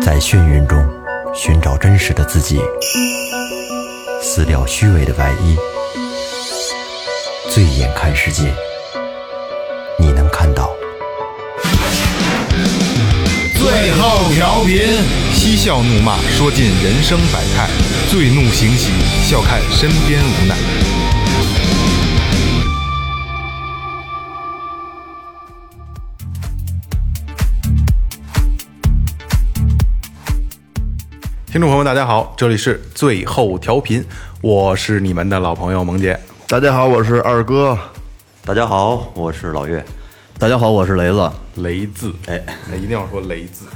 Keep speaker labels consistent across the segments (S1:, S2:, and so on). S1: 在眩晕中寻找真实的自己，撕掉虚伪的外衣，醉眼看世界，你能看到。
S2: 最后调频，
S3: 嬉笑怒骂，说尽人生百态；醉怒行喜，笑看身边无奈。听众朋友们，大家好，这里是最后调频，我是你们的老朋友萌姐。
S4: 大家好，我是二哥。
S5: 大家好，我是老岳。
S1: 大家好，我是雷子。
S3: 雷字，
S5: 哎，
S3: 一定要说雷字。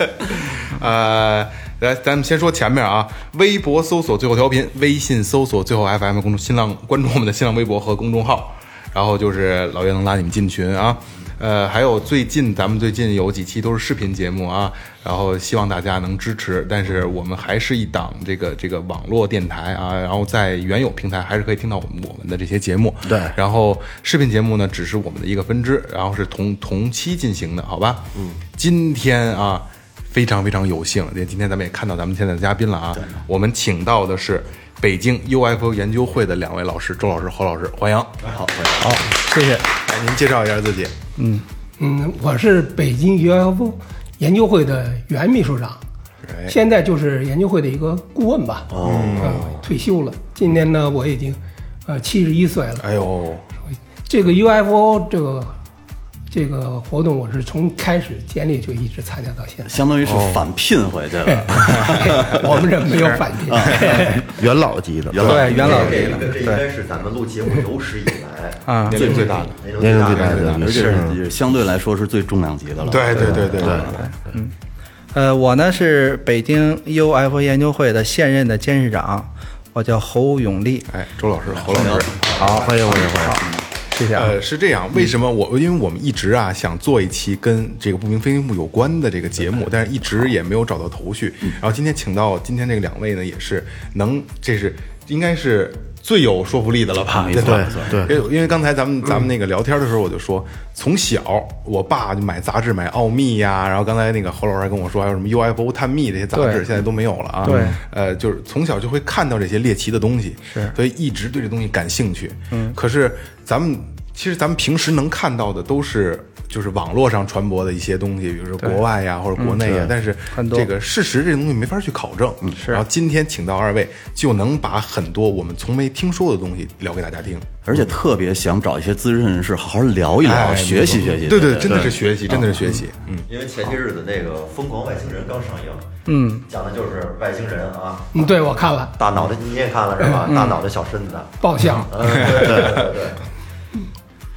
S3: 呃，来，咱们先说前面啊，微博搜索最后调频，微信搜索最后 FM 公众新浪关注我们的新浪微博和公众号，然后就是老岳能拉你们进群啊。呃，还有最近咱们最近有几期都是视频节目啊，然后希望大家能支持，但是我们还是一档这个这个网络电台啊，然后在原有平台还是可以听到我们我们的这些节目。
S4: 对
S3: 然后视频节目呢，只是我们的一个分支，然后是同同期进行的，好吧？嗯，今天啊，非常非常有幸，因为今天咱们也看到咱们现在的嘉宾了啊，我们请到的是北京 UFO 研究会的两位老师，周老师、侯老师，欢迎。好，
S2: 好，谢谢。
S3: 来哎您介绍一下自己。
S6: 嗯，我是北京 UFO 研究会的原秘书长，
S7: 哎
S6: 现在就是研究会的一个顾问吧。哦、退休了。今年呢，我已经呃七十一岁了。
S3: 哎呦，
S6: 这个 UFO 这个这个活动，我是从开始建立就一直参加到 现在。
S5: 相当于是反聘回去了。
S7: 哎
S5: 啊
S6: 我们这没有反 击。
S7: 啊
S4: 元老级的，
S2: 对，元老
S7: 这个这应该是咱们录节目有史以来
S3: 啊，年龄最大的。
S4: 年龄最大
S3: 对对
S4: 的
S5: 而且
S4: 是
S5: 是相对来说是最重量级的了。
S3: 对对对对对，
S2: 呃，我呢是北京 UFO 研究会的现任的监事长，我叫侯永利。
S3: 哎，周老师、侯老师。
S4: 好，欢迎欢迎欢迎。
S2: 谢谢啊。
S3: 呃，是这样，为什么我？因为我们一直啊想做一期跟这个不明飞行物有关的这个节目，但是一直也没有找到头绪。
S4: 嗯
S3: 然后今天请到今天这两位呢，也是能，这是应该是最有说服力的了吧？对吧？
S4: 对嗯
S3: 因为因为刚才咱们咱们那个聊天的时候，我就说，从小我爸就买杂志，买《奥秘》呀，然后刚才那个侯老师还跟我说，还有什么《UFO 探秘》这些杂志，
S2: 对
S3: 现在都没有了啊。
S2: 对
S3: 呃，就是从小就会看到这些猎奇的东西，
S2: 是
S3: 所以一直对这东西感兴趣。嗯，可是咱们其实咱们平时能看到的都是就是网络上传播的一些东西，比如说国外呀或者国内呀，但是
S2: 嗯很多
S3: 这个事实这东西没法去考证。嗯，
S2: 是
S3: 然后今天请到二位，就能把很多我们从没听说的东西聊给大家听。
S5: 而且特别想找一些资深人士好好聊一聊，
S3: 哎
S5: 学习学习。
S3: 对对，真的是学习，真的是学习。嗯，
S7: 因为前些日子那个《疯狂外星人》刚上映，嗯，讲的就是外星人啊，
S6: 嗯，对，我看了
S7: 大脑袋你也看了是吧？大脑袋小身 子，
S6: 爆笑。
S7: 嗯，对对对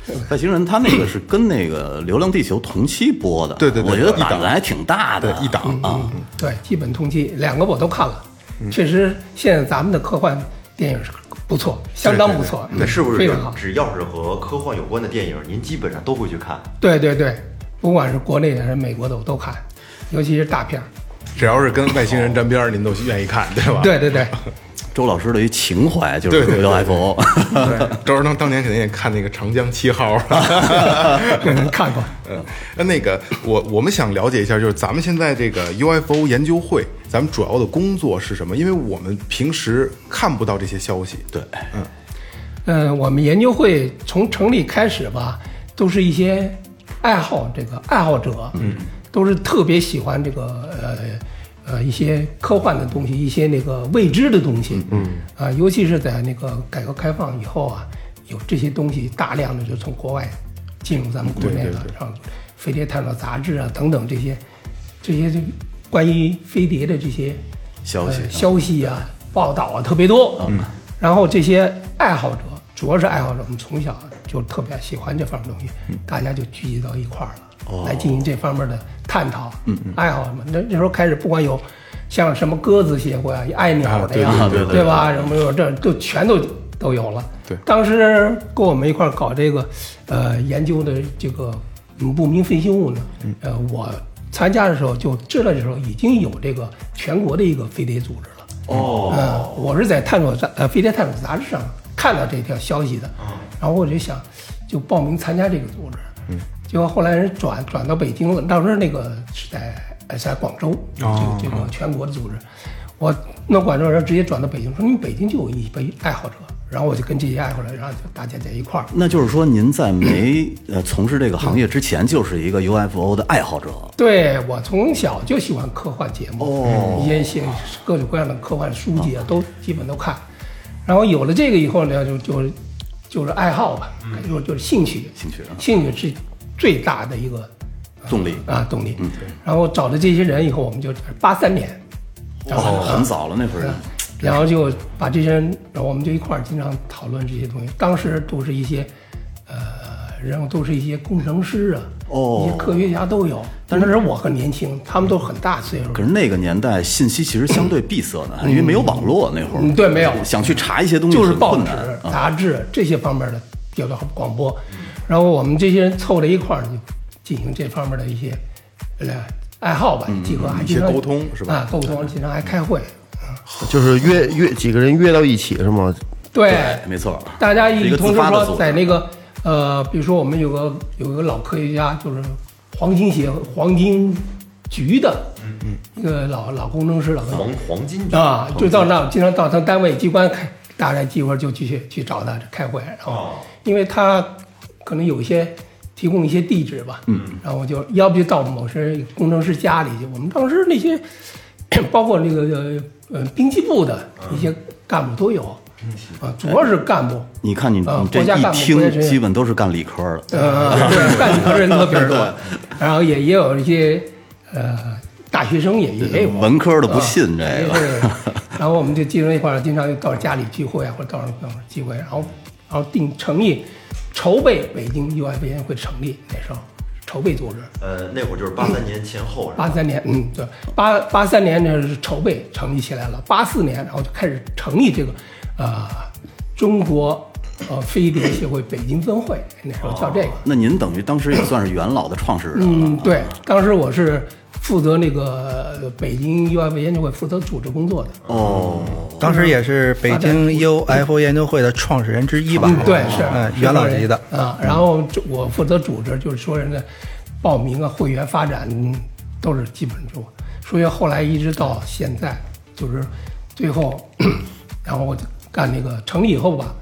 S7: 对，
S5: 外星人他那个是跟那个《流浪地球》同期播的。
S3: 对对对
S5: 我觉得
S3: 一档
S5: 胆子还挺大的。
S3: 对一档
S7: 嗯
S5: 啊，
S6: 嗯对，基本同期两个我都看了。确实，现在咱们的科幻电影是不错，相当不错，嗯
S7: 对，是不是
S6: 非常好？
S7: 只要是和科幻有关的电影，您基本上都会去看。
S6: 对对对，不管是国内的还是美国的，我都看，尤其是大片儿。
S3: 只要是跟外星人沾边儿，您都愿意看，对吧？
S6: 对对 对，
S5: 周老师的一情怀就
S3: 对对
S5: 是
S3: 对
S5: UFO。
S3: 周志当当年肯定也看那个长江七号。啊
S6: 看过。
S3: 嗯，那那个，我我们想了解一下，就是咱们现在这个 UFO 研究会，咱们主要的工作是什么？因为我们平时看不到这些消息。
S5: 对，
S6: 嗯，我们研究会从成立开始吧，都是一些爱好这个爱好者，嗯，都是特别喜欢这个呃呃一些科幻的东西，一些那个未知的东西，嗯，啊、尤其是在那个改革开放以后啊，有这些东西大量的就从国外进入咱们国内了，像《飞碟探索》杂志啊等等这些这些关于飞碟的这些
S5: 消息
S6: 呃消息啊、报道啊特别多。嗯，然后这些爱好者，主要是爱好者，我们从小就特别喜欢这方面东西，
S5: 嗯
S6: 大家就聚集到一块儿
S5: 哦
S6: 了，来进行这方面的探讨。嗯爱好嘛，那那时候开始，不管有像什么鸽子协会啊、爱鸟的呀
S3: 啊，
S5: 对对对
S6: 对吧？什么有这就全都都有了。
S3: 对
S6: 当时跟我们一块儿搞这个，呃，研究的这个嗯不明飞行物呢，呃，我参加的时候就知道的时候已经有这个全国的一个飞碟组织了。
S7: 哦，
S6: 嗯，我是在探索杂呃《飞碟探索》杂志上看到这条消息的，然后我就想就报名参加这个组织，嗯，结果后来人转转到北京了，当时那个是在哎在广州这个这个全国的组织，我弄广州人直接转到北京，说你们北京就有一批爱好者，然后我就跟这些爱好者，然后就大家在一块儿。
S5: 那就是说，您在没呃从事这个行业之前，就是一个 UFO 的爱好者。
S6: 对我从小就喜欢科幻节目，
S5: 哦
S6: 一些一些各种各样的科幻书籍啊，都基本都看。然后有了这个以后呢，就就就是爱好吧，就就是兴趣，兴
S5: 嗯趣啊
S6: 兴趣是最大的一个
S5: 动力
S6: 啊动
S5: 嗯
S6: 力。然后找了这些人以后，我们就八三年，然后
S5: 哦，很早了那会儿，
S6: 然后就把这些人，然后我们就一块儿经常讨论这些东西。当时都是一些，呃，然后都是一些工程师啊，
S5: 哦
S6: 一些科学家都有。但是那时候我很年轻，他们都很大岁数
S5: 可。是那个年代信息其实相对闭塞的，因为没有网络那会儿。
S6: 嗯对没有
S5: 想去查一些东西
S6: 就是
S5: 很
S6: 报
S5: 困
S6: 纸
S5: 难、啊。
S6: 杂志这些方面的有到广播，然后我们这些人凑在一块儿，就进行这方面的一些呃爱好吧，集合，还
S3: 一些
S6: 经常
S3: 沟通是吧
S6: 啊，沟通，经常还开会。
S4: 就是约约几个人约到一起是吗？
S6: 对，
S5: 没错。
S6: 哎大家
S5: 是一
S6: 一
S5: 个
S6: 同
S5: 自
S6: 时
S5: 发的组
S6: 说
S5: 织，
S6: 在那个呃，比如说我们有个有个老科学家，就是黄金协黄金局的，嗯嗯，一个老老工程师老
S7: 黄黄金局
S6: 啊，就到那儿经常到他单位机关开，大家一会儿就去去找他开会，然后
S7: 哦
S6: 因为他可能有一些提供一些地址吧，嗯，然后就要不就到某些工程师家里去。我们当时那些 包括那个呃兵器部的
S5: 嗯
S6: 一些干部都有，啊，主要是干部。
S5: 你看你
S6: 啊
S5: 你这
S6: 国家
S5: 一
S6: 干部国家
S5: 听，
S6: 职员
S5: 基本都是干理科的。
S6: 呃，对，干理科人特别 多，然后也也有一些呃大学生也也有啊
S5: 文科的不信这
S6: 也
S5: 个。
S6: 是。然后我们就经常一块儿，经常就到家里聚会啊，或者到什么聚会，然后然后定成立筹备北京 UFO 研会成立那时候筹备组织，
S7: 呃，那会儿就是八三年前后，
S6: 八三年，嗯，对，八八三年呢是筹备成立起来了，八四年然后就开始成立这个，呃，中国呃飞碟协会北京分会，那时候叫这个。
S5: 那您等于当时也算是元老的创始人了。
S6: 嗯，对，当时我是负责那个呃北京 UFO 研究会负责组织工作的。
S2: 哦当时也是北京 UFO 研究会的创始人之一吧？
S6: 嗯，对，是
S2: 嗯，
S6: 是
S2: 元老
S6: 这样
S2: 级的。
S6: 啊。然后这我负责组织，就是说人家报名啊、会员发展嗯都是基本做。所以后来一直到现在，就是最后，然后我就干那个成立以后吧，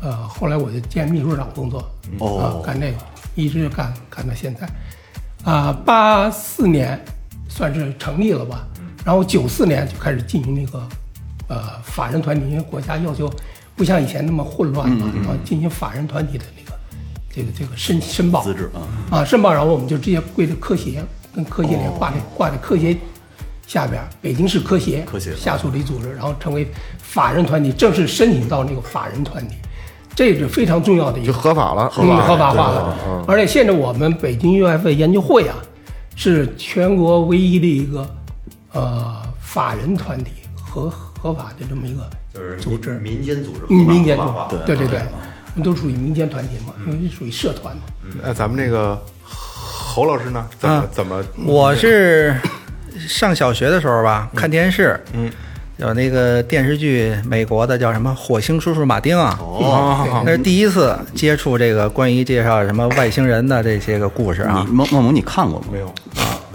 S6: 呃，后来我就兼秘书长工作，
S5: 哦
S6: 啊，干这个一直就干干到现在，啊，八四年算是成立了吧，然后九四年就开始进行那个呃法人团体，因为国家要求不像以前那么混乱嘛，然后进行法人团体的那个这个这个申申报
S5: 资质啊
S6: 啊申报，然后我们就直接归着科协跟科协
S5: 哦
S6: 联挂在挂在科协下边儿，北京市科协
S5: 科协
S6: 下属的一组织，然后成为法人团体，正式申请到那个法人团体，这是非常重要的一
S4: 就
S6: 个
S4: 合法了，合
S6: 嗯
S4: 法
S6: 合法化了。
S4: 嗯
S6: 而且现在我们北京 UFO 研究会啊，是全国唯一的一个呃法人团体合合法的这么一个
S7: 就是
S6: 组织，
S7: 民民间组织，
S6: 嗯民间组
S7: 合法化
S6: 织，对对对，我们都属于民间团体嘛，因为属于社团嘛。
S3: 呃，咱们这个侯老师呢，怎么、
S2: 啊
S3: 怎么？
S2: 我是上小学的时候吧，看电视，嗯，有那个电视剧，美国的叫什么《火星叔叔马丁》啊，
S3: 哦，
S2: 那是第一次接触这个关于介绍什么外星人的这些个故事啊
S5: 你，孟孟母，你看过吗？啊
S3: 没有，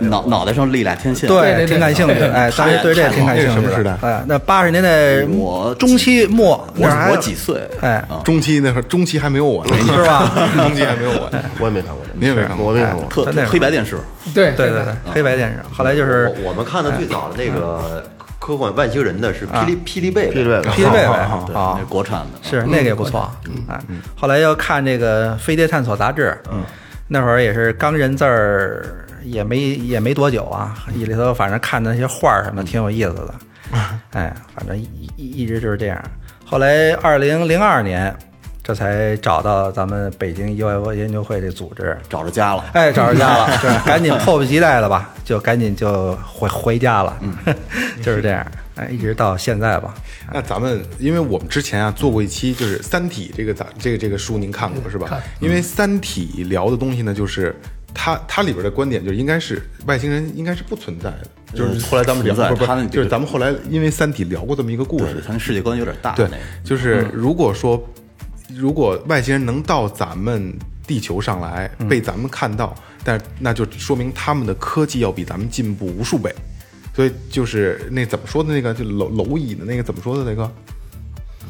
S5: 脑脑袋上立俩天线。
S6: 对对
S2: 挺感兴趣，哎，当时对这挺感兴趣
S3: 那是什么时代
S2: 的，哎，那八十年代
S5: 我
S2: 中期末，
S5: 我
S2: 那还
S5: 我几岁？啊
S2: 哎，
S3: 中期那会儿中期还没有我呢，
S2: 是吧？
S3: 中期还没有我呢，
S4: 我也没看过，
S3: 你也没看过
S4: 我没看过。
S5: 特
S2: 真的是
S5: 黑白电视。
S6: 对
S2: 对对对，黑白电视，后来就是
S7: 我我们看的最早的那个科幻外星人的是霹雳霹雳贝贝，
S4: 对对对，
S2: 霹雳贝贝
S3: 好
S5: 对，
S2: 啊
S5: 那是，国产的。
S2: 是那个也不错，哎，后来又看这个《飞碟探索》杂志，嗯，那会儿也是刚认字儿，也没也没多久啊，里头反正看的那些画儿什么的挺有意思的，哎，反正一一一直就是这样。后来二零零二年，这才找到咱们北京 UFO 研究会这组织，
S5: 找着家了。
S2: 哎，找着家了，就是赶紧迫不及待了吧，就赶紧就回回家了， 就是这样，哎，一直到现在吧，
S3: 那咱们，因为我们之前啊做过一期，就是《三体》这个杂这个这个书，您看过是吧
S6: 看？
S3: 因为《三体》聊的东西呢，就是它它里边的观点，就应该是外星人应该是不存在的，就是嗯后来咱们聊，
S5: 存在
S3: 不是
S5: 他
S3: 不
S5: 那
S3: 是，
S5: 个
S3: 就是咱们后来因为《三体》聊过这么一个故
S5: 对，
S3: 事，
S5: 他那世界观有点大。
S3: 对
S5: 那个，
S3: 就是如果说，如果外星人能到咱们地球上来，被咱们看到，但那就说明他们的科技要比咱们进步无数倍。所以就是那怎么说的那个，就蝼蝼蚁的那个怎么说的那个？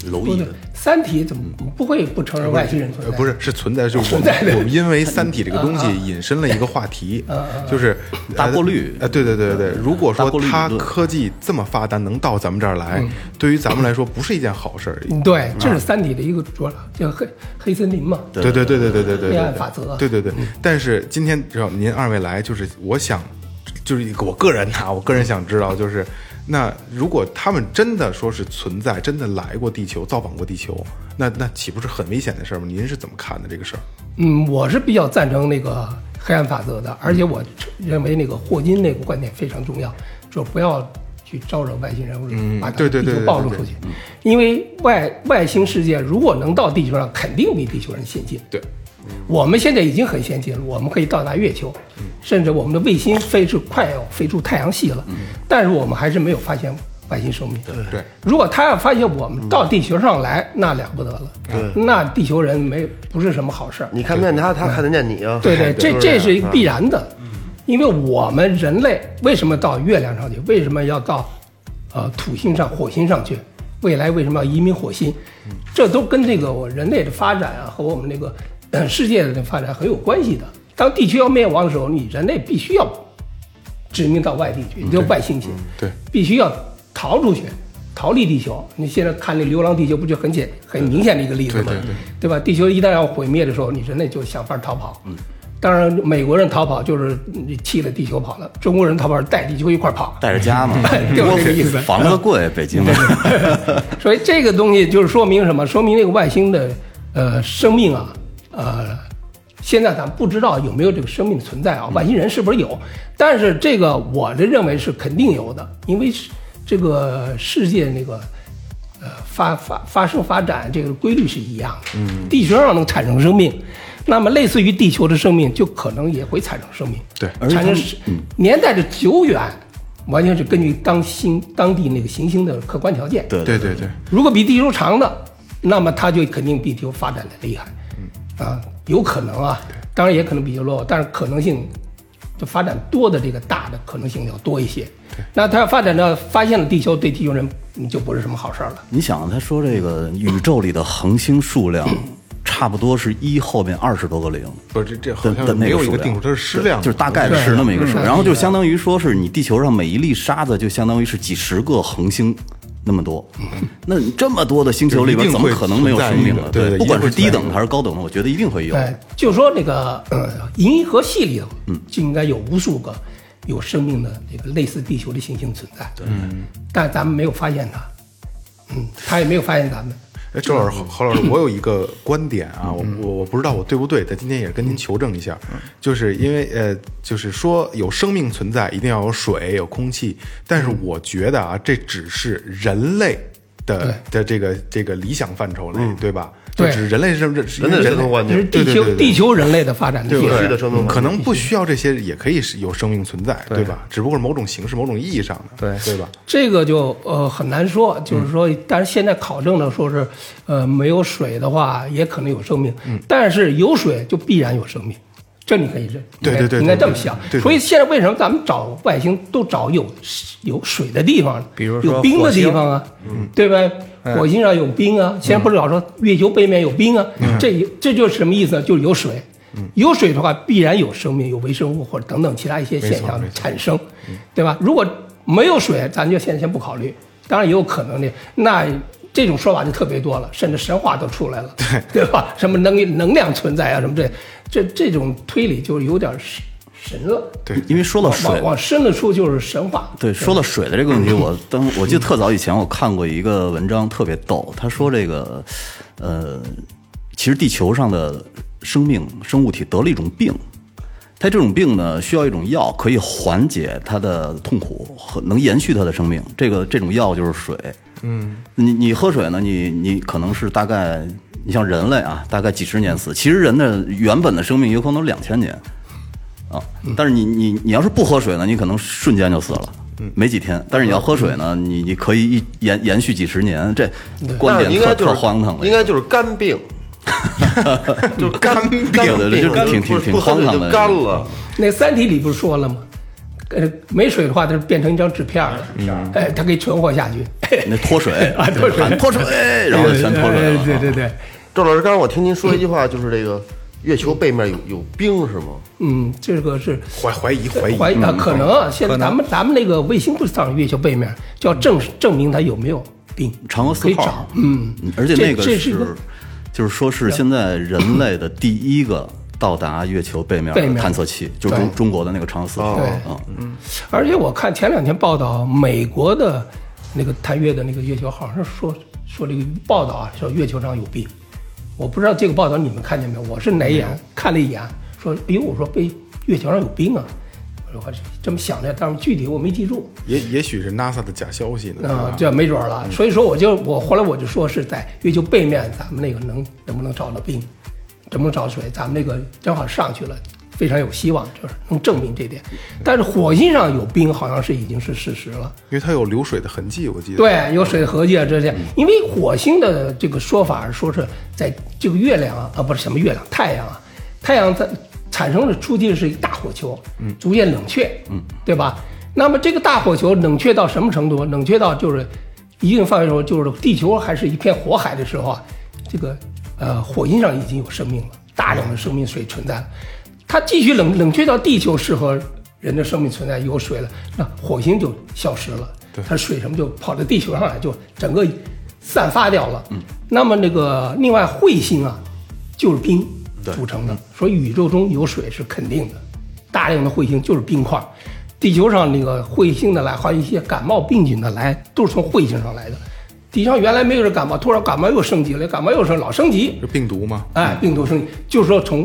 S5: 蝼
S6: 不
S5: 蚁
S6: 是
S5: 的，
S6: 三体怎么不会不承认外星人存
S3: 呃，
S6: 在？
S3: 不是，是存在，就是我们我们因为《三体》这个东西引申了一个话题， 就是呃
S5: 大过滤
S3: 呃，对对对对对，如果
S5: 大
S3: 说
S5: 过滤理
S3: 它
S5: 论
S3: 科技这么发达，能到咱们这儿来，对于咱们来说不是一件好事儿。
S6: 嗯对，这是三体的一个主要，叫黑黑森林嘛。
S3: 对对对对对对对，
S6: 黑
S3: 对
S6: 暗法则啊
S3: 对对对。但是今天只要您二位来，就是我想，就是我个人呐、我个人想知道，就是那如果他们真的说是存在，真的来过地球，造访过地球，那那岂不是很危险的事儿吗？您是怎么看的这个事儿？
S6: 嗯，我是比较赞成那个黑暗法则的，而且我认为那个霍金那个观点非常重要，就是不要去招惹外星人或者把
S3: 对
S6: 地
S3: 对对
S6: 球
S3: 对
S6: 暴露
S3: 对
S6: 出去，因为外外星世界如果能到地球上，肯定比地球人先进。
S3: 对，
S6: 我们现在已经很先进了，我们可以到达月球，甚至我们的卫星飞是快要飞出太阳系了，但是我们还是没有发现外星生命。
S3: 对，
S6: 如果他要发现我们到地球上来，那了不得了，那地球人没不是什么好事儿。
S4: 你看不见他，他看得见 你啊。
S6: 对对，这这是一个
S4: 啊
S6: 必然的，因为我们人类为什么到月亮上去？为什么要到呃土星上、火星上去？未来为什么要移民火星？这都跟这个我人类的发展啊和我们这个、 呃、世界的发展很有关系的。当地球要灭亡的时候，你人类必须要殖民到外地去，就外星去，
S3: 嗯对
S6: 必须要逃出去，逃离地球。你现在看那《流浪地球》，不就很简很明显的一个例子吗？
S3: 对对对
S6: 对吧？地球一旦要毁灭的时候，你人类就想法逃跑。嗯，当然，美国人逃跑就是你弃了地球跑了，中国人逃跑是带地球一块儿跑。
S5: 带着家 嘛，
S6: 就是这个意思
S5: 房子贵，北京的。
S6: 所以这个东西就是说明什么？说明那个外星的呃生命啊，呃，现在咱们不知道有没有这个生命的存在啊，外星人是不是
S5: 嗯
S6: 有？但是这个我的认为是肯定有的，因为是这个世界那个。呃，发发发生发展这个规律是一样的。嗯，地球上能产生生命，那么类似于地球的生命，就可能也会产生生命。
S3: 对
S6: 产生是年代的久远，完全是根据当星当地那个行星的客观条件。
S5: 对
S3: 对对对。
S6: 如果比地球长的，那么它就肯定比地球发展的厉害，啊，有可能啊，当然也可能比地球落后，但是可能性就发展多的这个大的可能性要多一些。那它要发展到发现了地球，对地球人嗯就不是什么好事儿了。
S5: 你想，他说这个宇宙里的恒星 数量，差不多是一后面二十多个零。
S3: 不是，这这好
S5: 的的
S3: 像
S5: 那
S3: 没有一
S5: 数
S3: 个
S5: 量
S3: 定数，它是矢量的，
S5: 就是大概的
S6: 对
S5: 是那么一个数，
S6: 嗯
S5: 然后就相当于说是你地球上每一粒沙子就相当于是几十个恒星。那么多，那你这么多的星球里
S3: 嗯
S5: 边，
S3: 就一
S5: 怎
S3: 定会
S5: 么可能没有生命
S3: 存在
S5: 了？
S3: 一个对对
S5: 不管是
S3: 一定
S5: 低
S3: 会存在
S5: 等的还是高等的，我觉得一定会有。
S6: 对，哎就说那个呃，银河系里头，就应该有无数个有生命的这个类似地球的行星存在。对，但咱们没有发现它，嗯，它也没有发现咱们。
S3: 哎，周老师、
S5: 嗯
S3: 郝郝 老师，我有一个观点啊，我我我不知道我对不对，但今天也跟您求证一下，
S5: 嗯
S3: 就是因为呃，就是说有生命存在，一定要有水、有空气，但是我觉得啊，这只是人类的的这个这个理想范畴内，对吧？
S6: 对
S3: 就只是人类是这是
S4: 人类是
S3: 人
S4: 这种观
S6: 就是
S4: 点，
S6: 地
S3: 对对
S6: 球
S3: 对对
S6: 地球人类的发展的
S3: 对
S6: 历
S3: 不
S6: 史
S4: 必须的生命
S3: 对？
S4: 环境
S3: 可能不需要这些，也可以是有生命存在，对吧？只不过是某种形式、某种意义上的，
S2: 对
S3: 对吧？
S6: 这个就呃很难说，就是说，
S3: 嗯
S6: 但是现在考证的说是，呃，没有水的话也可能有生命，
S3: 嗯
S6: 但是有水就必然有生命，这你可以认，
S3: 对
S6: 应该
S3: 对对对
S6: 应该这么想
S3: 对对。对
S6: 所以现在为什么咱们找外星都找有有水的地方呢？
S2: 比如说
S6: 有冰的地方啊，对吧？火星上有冰啊，现在不是老说月球背面有冰啊，这这就是什么意思呢？就是有水。有水的话，必然有生命，有微生物或者等等其他一些现象
S3: 没错
S6: 产生，对吧？如果没有水，咱就现在先不考虑。当然也有可能的，那这种说法就特别多了，甚至神话都出来了，对吧？什么能能量存在啊，什么这这这种推理就有点神神了。
S3: 对
S5: 因为说到水
S6: 往，往深了说就是神话。
S5: 对，说到水的这个问题，我当我记得特早以前我看过一个文章，特别逗。他说这个，呃，其实地球上的生命生物体得了一种病，它这种病呢需要一种药可以缓解它的痛苦，和能延续它的生命。这个这种药就是水。嗯，你你喝水呢，你你可能是大概，你像人类啊，大概几十年死。其实人的原本的生命有可能两千年。啊。
S6: 嗯
S5: 但是你你你要是不喝水呢，你可能瞬间就死了。
S6: 嗯
S5: 没几天，但是你要喝水呢，你你可以一延延续几十年，这观
S4: 那
S5: 点
S4: 应
S5: 特
S4: 该就是
S5: 特荒唐了。
S4: 应该就是肝病，
S3: 就干病，
S5: 有的就
S4: 干
S5: 挺挺
S4: 不是
S5: 挺
S4: 不喝
S5: 荒
S4: 水
S5: 唐
S4: 就
S5: 的
S4: 干了。
S6: 那《三体》里不是说了吗？呃，没水的话，它就变成一张纸片儿了，
S4: 嗯
S6: 哎，它可以存活下 去。
S5: 那脱水
S6: 啊脱水
S5: 喊脱 水，然后全脱水了。
S6: 哎对对对，
S4: 赵老师，刚才我听您说一句话，就是这个月球背面有有冰是吗？
S6: 嗯，这个是
S3: 怀怀疑怀疑
S6: 怀
S4: 嗯
S6: 疑啊，可能啊，现在
S2: 可能
S6: 咱们咱们那个卫星不是上月球背面，就要证证明它有没有病。
S5: 嫦娥四
S6: 可以
S5: 号
S6: 找，，嗯，
S5: 而且
S6: 这
S5: 那个
S6: 这
S5: 是
S6: 是一个
S5: 就是说是现在人类的第一个到达月球背面
S6: 背面
S5: 的探测器，就是中中国的那个嫦娥四号
S6: 对
S5: 啊。嗯
S6: 而且我看前两天报道，美国的那个探月的那个月球号，那说说这个报道啊，说月球上有病。我不知道这个报道你们看见没有？我是哪眼看了一眼，说哎呦，我说被月球上有病啊！我说我这么想的，但是具体我没记住。
S3: 也也许是 NASA 的假消息
S5: 呃
S3: 呢。
S6: 啊、这没准儿了。所以说，我就我后来我就说是在月球背面，咱们那个能能不能找到冰，能不能找水，咱们那个正好上去了，非常有希望，就是能证明这点。但是火星上有冰，好像是已经是事实了。
S3: 因为它有流水的痕迹，我记得。，
S6: 对，有水合计啊这些，因为火星的这个说法说是在这个月亮啊，啊不是什么月亮，太阳啊，太阳它产生的初期是一大火球，嗯，逐渐冷却，嗯，对吧？那么这个大火球冷却到什么程度？冷却到就是一定范围的时候，就是地球还是一片火海的时候啊，这个呃火星上已经有生命了，大量的生命水存在了。它继续冷冷却到地球适合人的生命存在有水了，那火星就消失了，它水什么就跑到地球上来，就整个散发掉了。嗯，那么那个另外彗星啊，就是冰组成的，所以宇宙中有水是肯定的，大量的彗星就是冰块。地球上那个彗星的来，还有一些感冒病菌的来，都是从彗星上来的。地球上原来没有人感冒，突然感冒又升级了，感冒又升，老升级，
S3: 是病毒吗？
S6: 哎，病毒升级，就是说从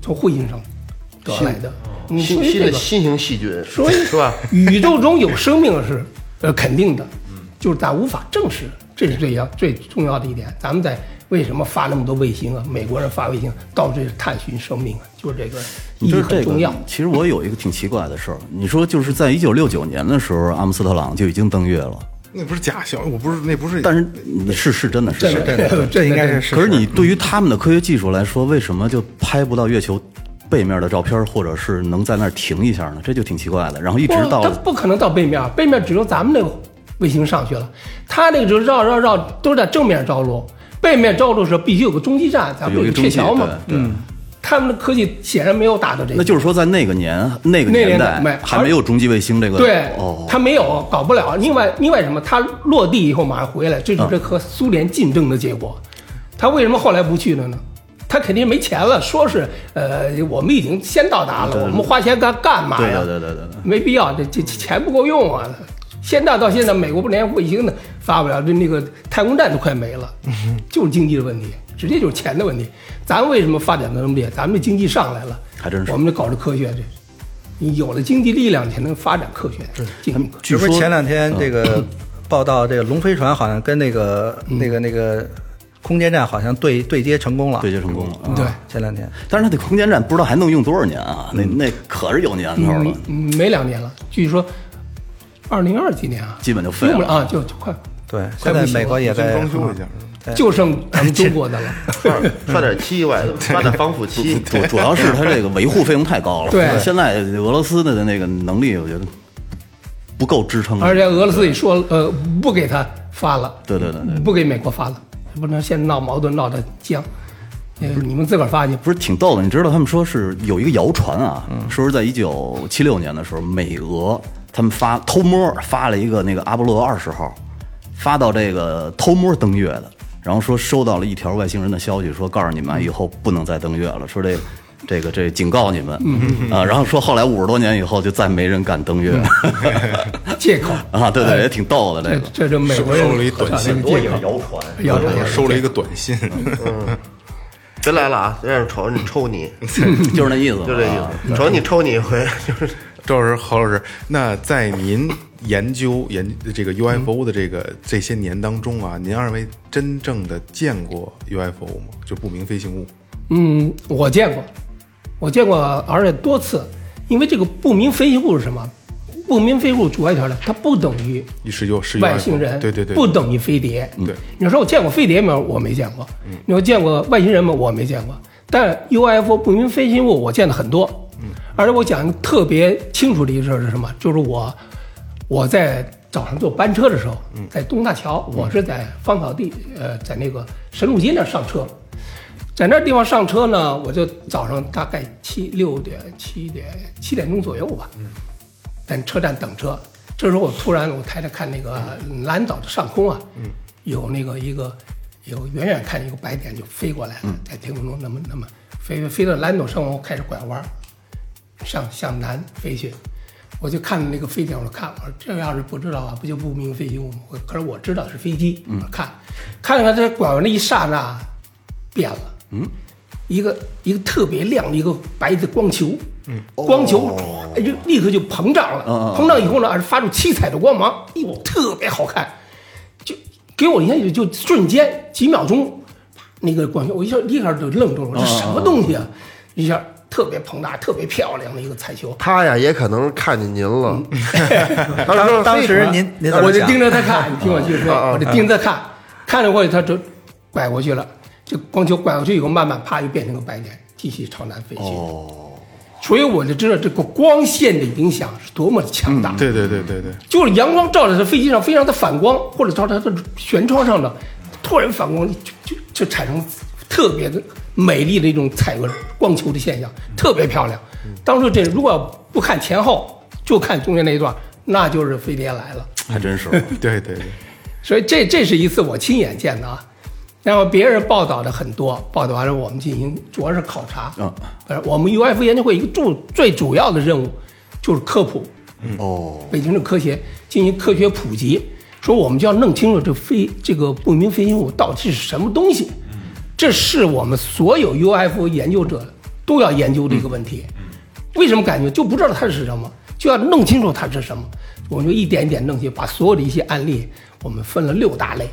S6: 从彗星上得来的。嗯，
S4: 新
S6: 所以
S4: 新
S6: 这
S4: 的
S6: 个，
S4: 新型细菌，
S6: 所以
S4: 是吧？？
S6: 宇宙中有生命是呃肯定的，
S4: 嗯
S6: 就是咱无法证实，这是最要最重要的一点。咱们在为什么发那么多卫星啊？美国人发卫星到处探寻生命啊，就是这个意
S5: 你
S6: 义
S5: 说
S6: 很
S5: 这
S6: 重
S5: 个
S6: 要。，
S5: 其实我有一个挺奇怪的事儿。你说就是在一九六九年的时候，阿姆斯特朗就已经登月了，
S3: 那不是假消，我不是，那不是。
S5: 但是是是真的是真的。
S2: 对对， 这应该是事实。
S5: 可是你对于他们的科学技术来说，为什么就拍不到月球背面的照片，或者是能在那儿停一下呢？这就挺奇怪的。然后一直
S6: 不
S5: 到
S6: 它不可能到背面，背面只有咱们那个卫星上去了，它那个就是绕绕绕都是在正面着陆，背面着陆的时候必须有个中继站，咱们
S5: 有一个
S6: 个鹊
S5: 中继
S6: 桥嘛。
S5: 对对
S6: 嗯，他们的科技显然没有达到这个。
S5: 那就是说，在那个年那个
S6: 那年代
S5: 代
S6: 没
S5: 还没有中继卫星这个
S6: 对，
S5: 哦，
S6: 他没有搞不了。另外，另外什么？他落地以后马上回来，这
S5: 嗯
S6: 就是这和苏联竞争的结果。他为什么后来不去了呢？他肯定没钱了，说是呃，我们已经先到达了，我们花钱干干嘛
S5: 对
S6: 呀？
S5: 对对对对对，
S6: 没必要，这这钱不够用啊。现在到现在，美国不连卫星都发不了，这那个太空站都快 没了，就是经济的问题，直接就是钱的问题。咱为什么发展的那么厉害？咱们经济上来了，
S5: 还真是
S6: 我们就搞这科学，这你有了经济力量，你才能发展科学。经济科学
S5: 哦据
S2: 这不
S5: 说
S2: 是前两天这个
S3: 嗯
S2: 报道，这个龙飞船好像跟那个、那个那个空间站好像对对接成功了。
S5: 对接成功了。
S2: 啊
S6: 对
S2: 前两天
S5: 但是它那空间站不知道还能用多少年啊？那那可是有年头了
S6: 嗯，嗯没两年了，据说二零二几年啊，
S5: 基本就废
S6: 用不了
S5: 了。
S6: 啊，就就快
S2: 对，
S6: 快
S2: 现
S6: 不
S2: 在
S6: 行了
S2: 美国也在嗯
S3: 装修一下。
S6: 就剩咱们中国的了。
S4: 刷点漆外头，刷点防 腐漆。
S5: 主主要是它这个维护费用太高了。
S6: 对
S5: 现在俄罗斯的那个能力，我觉得不够支撑。
S6: 而且俄罗斯也说了，呃，不给他发了，
S5: 对对对对
S6: 不给美国发了，不能现在闹矛盾闹得僵，呃你们自个儿发去。
S5: 不是挺逗的，你知道他们说是有一个谣传啊，说是在一九七六年的时候，美俄他们发偷摸发了一个那个阿波罗二十号，发到这个偷摸登月的，然后说收到了一条外星人的消息，说告诉你们啊以后不能再登月了，说这个。这个这警告你们
S4: 嗯
S5: 啊，然后说后来五十多年以后就再没人敢登月
S6: 借口
S5: 啊，对对，也挺逗的
S6: 这
S5: 这个。
S6: 这这美国人
S3: 收了一短信
S7: 很
S6: 很
S7: 多
S6: 借
S7: 也是
S6: 口，
S7: 谣传，
S6: 谣传
S3: 我收了一个短 信，
S4: 别来了啊！别让人瞅你，抽你，
S7: 啊
S5: 就是那意思嘛，
S4: 就这意
S5: 啊
S4: 思。瞅你抽你一回，就是
S3: 赵老师、何老师，那在您研究研这个 UFO 的这个这些年当中啊，您二位真正的见过 UFO 吗？就不明飞行物？
S6: 嗯，我见过，我见过，而且多次，因为这个不明飞行物是什么？不明飞入主要条件，它不等于
S3: 一十九十九
S6: 外星人，
S3: 对对对，嗯
S6: 不等于飞碟。
S3: 对嗯
S6: 你说我见过飞碟没有？我没见过。你说见过外星人吗？我没见过。但 UFO 不明飞行物我见了很多，
S3: 嗯
S6: 而且我讲一个特别清楚的一个事儿是什么？就是我我在早上坐班车的时候，
S3: 嗯
S6: 在东大桥，我是在芳草地，呃，在那个神路街那儿上车，在那地方上车呢，我就早上大概七六点七点七点钟左右吧，在车站等车。这时候我突然我抬头看那个蓝岛的上空啊，有那个一个有远远看一个白点就飞过来了，在天空中那么那么飞飞到蓝岛上空我开始拐弯儿，向向南飞去。我就看那个飞点，我看，我说这要是不知道啊，不就不明飞行物吗？我可是我知道是飞机，我看，看了看这拐弯那一刹那，变了，嗯，一个一个特别亮的一个白的光球，嗯，光球哎就立刻就膨胀了，膨胀以后呢，而发出七彩的光芒，哎呦，特别好看，就给我一下就就瞬间几秒钟，啪那个光球，我一下立刻就愣住了，我说这什么东西啊？一下特别膨大、特别漂亮的一个彩球，
S4: 他呀也可能是看见您了，
S6: 嗯
S4: 他说
S2: 当当时
S4: 非
S2: 您您怎
S6: 啊我
S2: 么
S6: 就
S2: 想
S6: 盯？着他看，你听我继续说，我就盯着他看，看着过去，他就拐过去了，这光球拐过去以后，慢慢啪就变成个白点，继续朝南飞去。哦，所以我就知道这个光线的影响是多么的强大。
S3: 嗯对对对对对，
S6: 就是阳光照在这飞机上，非常的反光，或者照在它的舷窗上的，突然反光，就就就产生特别的美丽的一种彩光光球的现象，特别漂亮。当时这如果不看前后，就看中间那一段，那就是飞碟来了。
S5: 还真是。
S3: 对 对对，
S6: 所以这这是一次我亲眼见的啊。然后别人报道的很多，报道完了我们进行主要是考察。
S5: 嗯
S6: 呃，我们 UFO 研究会一个重最主要的任务就是科普，
S5: 哦，
S6: 北京的科学进行科学普及，说我们就要弄清楚这飞这个不明飞行物到底是什么东西，这是我们所有 UFO 研究者都要研究的一个问题。为什么感觉就不知道它是什么，就要弄清楚它是什么？我们就一点一点弄清，把所有的一些案例我们分了六大类，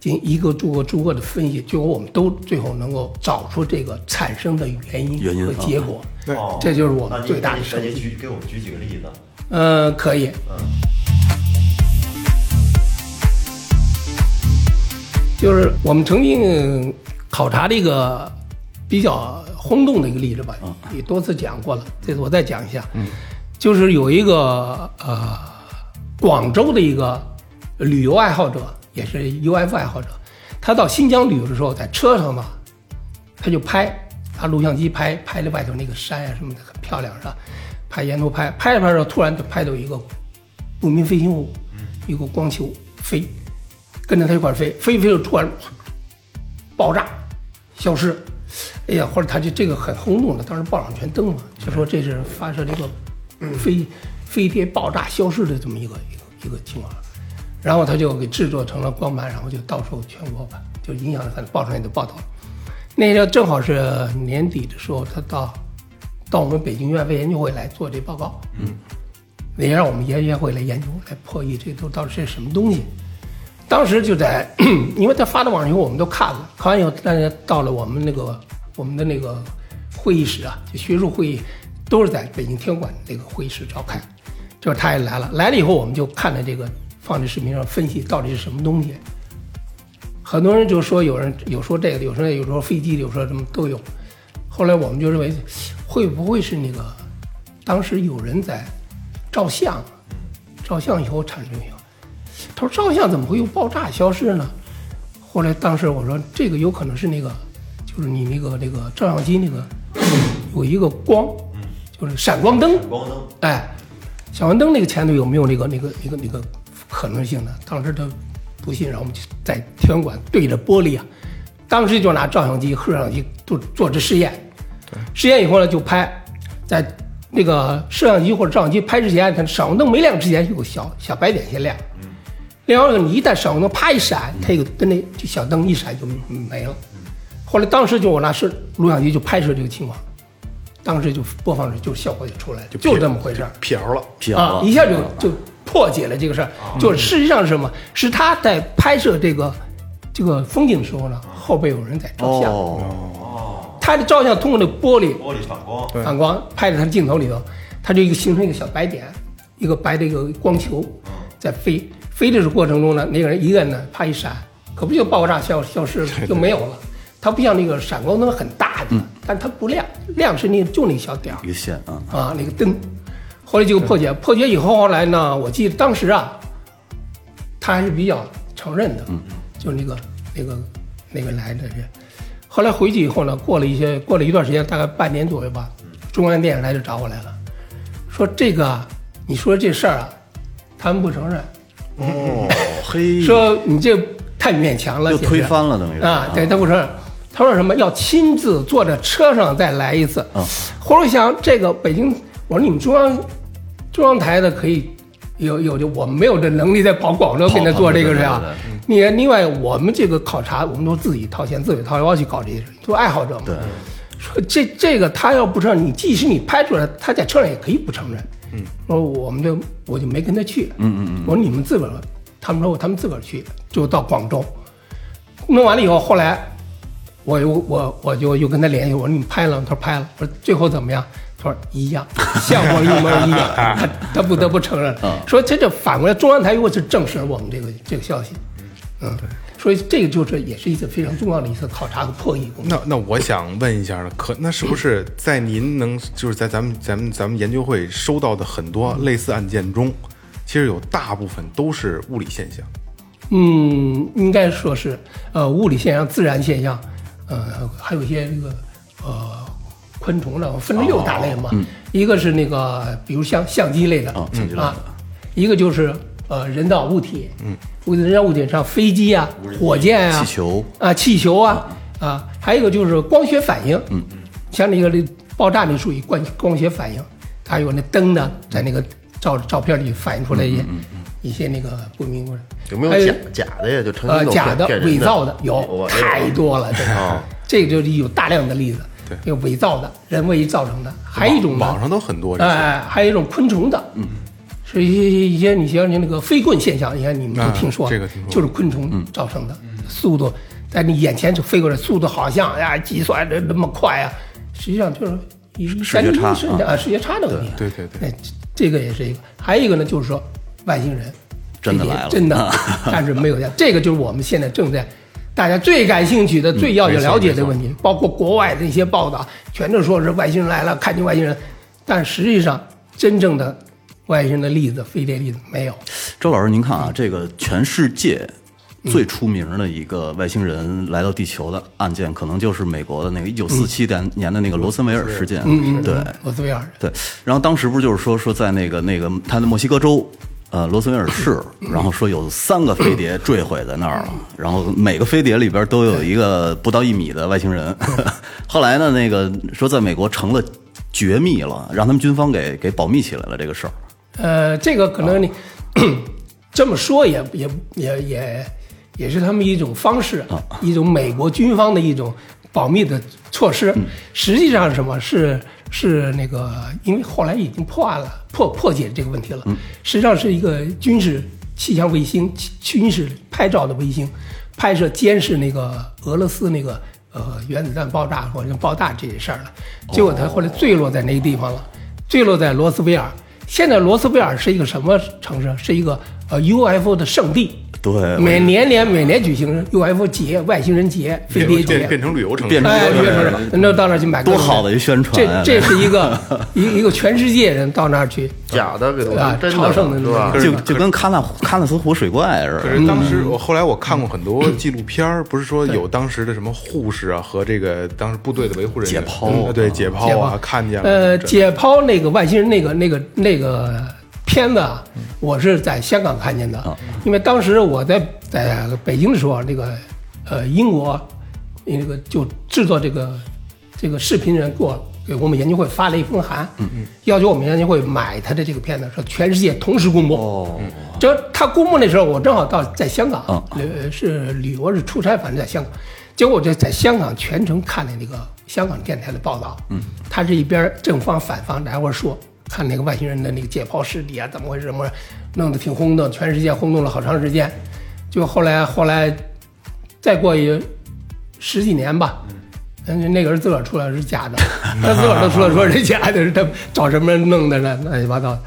S6: 进行一个逐个逐个的分析，最后我们都最后能够找出这个产生的原因
S5: 原因
S6: 和
S5: 啊
S6: 结果。
S3: 对
S7: 哦
S6: 这就是我们
S7: 那你
S6: 最大
S7: 那
S6: 的
S7: 你
S6: 收
S7: 赶紧
S6: 益。
S7: 举给我们举几个例子。
S6: 呃，可以。就是我们曾经考察了一个比较轰动的一个例子吧，也多次讲过了，这次我再讲一下。就是有一个呃广州的一个旅游爱好者，也是 UFO 爱好者，他到新疆旅游的时候，在车上嘛，他就拍，拿录像机拍，拍了外头那个山啊什么的，很漂亮是吧？拍沿途拍，拍着拍着，突然就拍到一个不明飞行物，一个光球飞，跟着它一块儿飞，飞飞就突然哗爆炸，消失。哎呀，或者他就这个很轰动的，当时报上全登了，就说这是发射这个嗯飞飞碟爆炸消失的这么一个一个一个情况。然后他就给制作成了光盘，然后就到处全国吧，就影响了他的报上也就报道了。那个正好是年底的时候，他到到我们北京 UFO 研究会来做这报告，嗯，也让我们研究会来研究来破译这都到底是什么东西。当时就在， 因为他发到网上以后，我们都看了，看完以后，大家到了我们那个我们的那个会议室啊，就学术会议都是在北京天文馆那个会议室召开。这会儿他也来了，来了以后，我们就看了这个放在视频上分析到底是什么东西。很多人就说有人有说这个的，有说那个有说飞机的，有说什么都有。后来我们就认为，会不会是那个当时有人在照相，照相以后产生影响？他说照相怎么会由爆炸消失呢？后来当时我说这个有可能是那个，就是你那个那个照相机那个有一个光，就是闪光灯，
S7: 嗯光灯
S6: 哎，小黄灯那个前头有没有那个那个那个那个可能性呢？当时他不信，然后我们就在天文馆对着玻璃啊，当时就拿照相机、摄像机做做这试验。试验以后呢，就拍，在那个摄像机或者照相机拍之前，它闪光灯没亮之前有个小小白点先亮。亮完以后，你一旦闪光灯啪一闪，它有个跟那就小灯一闪就没了。后来当时就我拿摄录像机就拍摄这个情况，当时就播放着就效果就出来了，就是这么回事儿。
S3: 撇了，
S5: 辟谣
S6: 啊，
S5: 了
S6: 一下就就破解了这个事儿。就是事实上是什么？是他在拍摄这个这个风景的时候呢，后边有人在照相，
S5: 哦，
S6: 他的照相通过那个玻璃
S7: 玻璃反光，
S6: 反光拍在他的镜头里头，他就一个形成一个小白点，一个白的一个光球在飞，飞的过程中呢，那个人一摁呢，啪一闪，可不就爆炸消消失了，就没有了。它不像那个闪光灯很大的，但它不亮，亮是那就那小点儿
S5: 一个线啊，
S6: 啊，那个灯。后来就破解，破解以后，后来呢，我记得当时啊，他还是比较承认的，就是那个那个那个来的人。后来回去以后呢，过了一些过了一段时间，大概半年左右吧，中央电视台就找我来了，说这个啊，你说这事儿啊，他们不承认，
S5: 嘿，
S6: 说你这太勉强了，
S5: 又
S6: 简直
S5: 推翻了等于是
S6: 啊，对，他不承认。他说什么要亲自坐在车上再来一次。
S5: 啊
S6: 后来我想这个北京，我说你们中央中央台的可以有有这，我们没有这能力再跑广州
S5: 跑
S6: 给他做这个事
S5: 跑
S6: 啊
S5: 对对对。
S6: 你另外我们这个考察，我们都自己掏钱自己掏腰去搞这些事，做爱好者嘛。对。说这这个他要不承认，你即使你拍出来，他在车上也可以不承认。嗯，我说我们就我就没跟他去。嗯嗯嗯，我说你们自个儿，他们说他们自个儿去，就到广州。弄完了以后，后来我又我我就又跟他联系，我说你们拍了吗？他说拍了。我说最后怎么样？他说一样，像我一模一样，他他不得不承认。说这这反过来，中央台如果是证实了我们这个这个消息，嗯，所以这个就是也是一次非常重要的一次考察和破译工作。
S3: 那那我想问一下了，可那是不是在您能 就是在咱们咱们咱们研究会收到的很多类似案件中，其实有大部分都是物理现象，
S6: 嗯，应该说是呃物理现象、自然现象，呃，还有一些这个呃昆虫的，分成六大类嘛。一个是那个比如像相机类的、
S5: 嗯哦相机类的
S6: 啊，一个就是呃人造物体，嗯，人造物体上飞机啊、火箭啊、
S5: 气球嗯
S6: 啊、气球啊啊，还有一个就是光学反应，嗯，像那个那爆炸那属于光光学反应，还有那灯
S5: 嗯
S6: 呢，在那个照照片里反映出来一些、一些那个不明物体。
S4: 有没
S6: 还
S4: 有假假的呀？就成
S6: 哎呃
S4: 心，弄
S6: 假
S4: 骗
S6: 的
S4: 骗、人
S6: 伪造
S4: 的
S6: 的有
S4: 我没
S6: 太多了，这
S4: 哦
S6: 个 这个就是有大量的例子，对，有伪造的，人为造成的，还有一种呢
S3: 网网上都很多这
S6: 哎
S3: 些
S6: 哎，还有一种昆虫的，嗯，是一些一些你像你那个飞棍现象，你看你们都
S3: 啊
S6: 听说，
S3: 这个听说
S6: 就是昆虫造成的，速度在你眼前就飞过来，速度好像哎呀计算这那么快啊，实际上就是一
S5: 视觉差
S6: 一瞬间啊，视觉差的问题啊，
S3: 对对对
S6: 哎，这这个也是一个，还有一个呢就是说外星人。
S5: 真的来了
S6: 真的，但是没有这个就是我们现在正在大家最感兴趣的、最要去了解的问题，包括国外的一些报道，全都说是外星人来了，看见外星人，但实际上真正的外星人的例子、飞碟例子没有。
S5: 周老师，您看啊，这个全世界最出名的一个外星人来到地球的案件，可能就是美国的那个一九四七年年的那个罗森维尔事件。
S6: 嗯嗯，
S5: 对
S6: 罗斯威尔
S5: 对。然后当时不是就是说说在那个那个他的墨西哥州。呃，罗森维尔市，
S6: 嗯
S5: 然后说有三个飞碟坠毁在那儿了，然后每个飞碟里边都有一个不到一米的外星人。 后来呢，那个说在美国成了绝密了，让他们军方给给保密起来了这个事儿。
S6: 呃，这个可能你、 这么说也也也也也是他们一种方式，啊一种美国军方的一种保密的措施。实际上是什么是是那个，因为后来已经破案了，破破解这个问题了。实际上是一个军事气象卫星、气军事拍照的卫星，拍摄监视那个俄罗斯那个。呃，原子弹爆炸或者爆炸这些事儿了，结果它后来坠落在那个地方了。坠落在罗斯威尔。现在罗斯威尔是一个什么城市？是一个呃 UFO 的圣地。
S5: 对我
S6: 每年年每年举行 UFO 节、外星人节、飞
S3: 变
S6: 碟
S3: 变变
S6: 节。
S3: 成旅游城
S5: 变
S3: 市
S5: 成
S6: 哎，
S5: 旅游
S6: 约
S5: 城
S6: 出
S5: 市
S6: 来，那到那儿去买各
S5: 多
S6: 种，
S5: 好的一宣传啊
S6: 这这是一 个一一个全世界人到那儿去，
S4: 假的给
S6: 啊
S4: 他真
S6: 朝圣的
S4: 是
S6: 那
S4: 吧
S6: 种？
S5: 就就跟喀纳湖喀纳斯湖水怪似的。
S3: 可是当时
S5: 嗯
S3: 我后来我看过很多纪录片儿，不是说有当时的什么护士啊和这个当时部队的维护人员
S5: 解剖
S3: 嗯对解
S6: 解
S3: 剖啊，
S6: 剖
S3: 看见了
S6: 呃，
S3: 这
S6: 解剖那个外星人那个那个那个片子，啊，我是在香港看见的，因为当时我在在北京的时候，那个呃英国那个就制作这个这个视频人给我给我们研究会发了一封函，要求我们研究会买他的这个片子，说全世界同时公布。哦，就他公布那时候，我正好到在香港，呃是旅游是出差，反正在香港。结果我就在香港全程看了那个香港电台的报道，嗯，他是一边正方反方来回说，看那个外星人的那个解剖尸体啊，怎么回事？怎么回事弄得挺轰动，全世界轰动了好长时间。就后来后来，再过一十几年吧，嗯，那个人自个儿出来是假的，他自个儿都出来说是假的，是他找什么人弄的呢？乱七八糟的。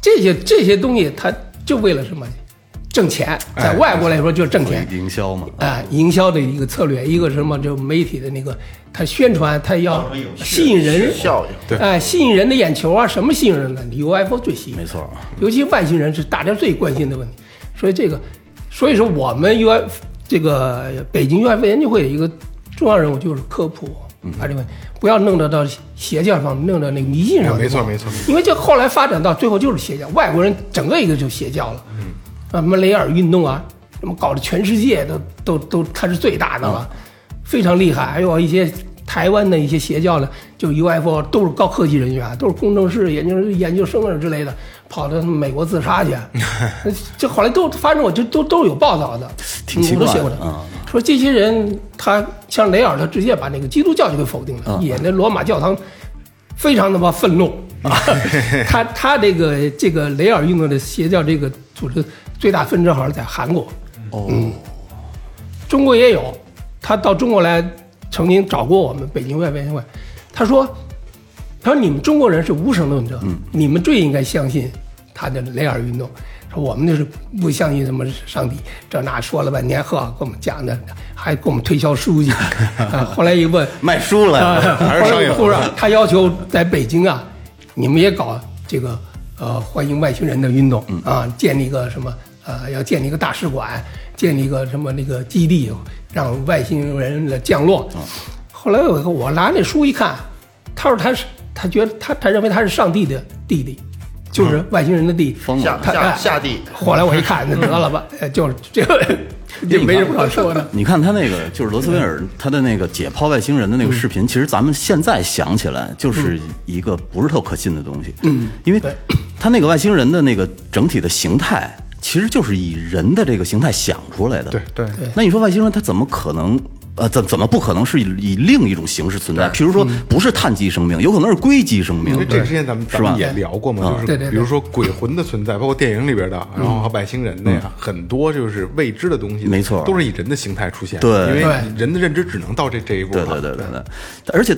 S6: 这些这些东西，它就为了什么？挣钱，在外国来说哎就是挣钱，
S5: 营销嘛，
S6: 啊，营销的一个策略，一个什么就媒体的那个，它宣传，它要
S7: 当成有趣的
S6: 吸引人，
S4: 效应。
S3: 对
S6: 哎，吸引人的眼球啊，什么吸引人呢？你 UFO 最吸引，
S5: 没错，
S6: 尤其外星人是大家最关心的问题。所以这个，所以说我们 UF 这个北京 UFO 研究会的一个重要任务就是科普，
S3: 嗯
S6: 把这个不要弄得到邪教上，弄到那个迷信上。
S3: 哎没错没错。
S6: 因为这后来发展到最后就是邪教，外国人整个一个就邪教了，嗯，啊什么雷尔运动啊，什么搞得全世界都都都他是最大的了，
S5: 嗯
S6: 非常厉害。还有一些台湾的一些邪教呢，就 UFO 都是高科技人员啊，都是工程师、研究研究生啊之类的，跑到美国自 杀去，这后来都反正我就都都有报道的，
S5: 挺奇
S6: 我都
S5: 怪
S6: 写过
S5: 的
S6: 的
S5: 啊。
S6: 说这些人，他像雷尔，他直接把那个基督教就给否定了，
S5: 啊
S6: 也那罗马教堂非常他妈愤怒啊！他他这个这个雷尔运动的邪教这个组织最大分支好像在韩国，嗯
S5: 哦，
S6: 中国也有，他到中国来曾经找过我们北京外联会，他说，他说你们中国人是无神论者，你们最应该相信他的雷尔运动，说我们就是不相信什么上帝，这那说了半天，呵，给我们讲的，还给我们推销书去，啊后来一问，
S5: 卖书
S6: 啊
S5: 了，
S3: 还是商业
S6: 不是，他要求在北京啊，你们也搞这个呃欢迎外星人的运动
S3: 嗯
S6: 啊，建立一个什么呃要建立一个大使馆，建立一个什么那个基地，让外星人的降落。
S3: 嗯
S6: 后来我我拿那书一看，他说他是他觉得他他认为他是上帝的弟弟，
S3: 嗯
S6: 就是外星人的弟弟。
S5: 疯
S4: 下
S5: 了。
S6: 他
S4: 下
S6: 哎
S4: 下地，
S6: 后来我一看，那得了吧，呃就是这个 也没什么好说的。
S5: 你看他那个，就是罗斯威尔他的那个解剖外星人的那个视频，其实咱们现在想起来就是一个不是特可信的东西。嗯，因为他那个外星人的那个整体的形态，其实就是以人的这个形态想出来的。
S3: 对对
S5: 那你说外星人他怎么可能？呃，怎怎么不可能是以以另一种形式存在？譬如说，不是碳基生命，有可能是硅基生命
S3: 因为。这之前咱们咱们也聊过嘛，就
S6: 对
S3: 是
S6: 对对
S3: 比如说鬼魂的存在，包括电影里边的，然后和外星人的呀，很多就是未知的东西，
S5: 没错
S3: 都是以人的形态出现，
S5: 对
S3: 因为
S6: 对
S3: 人的认知只能到这这一步
S5: 对
S3: 嘛，
S5: 对对对对，而且，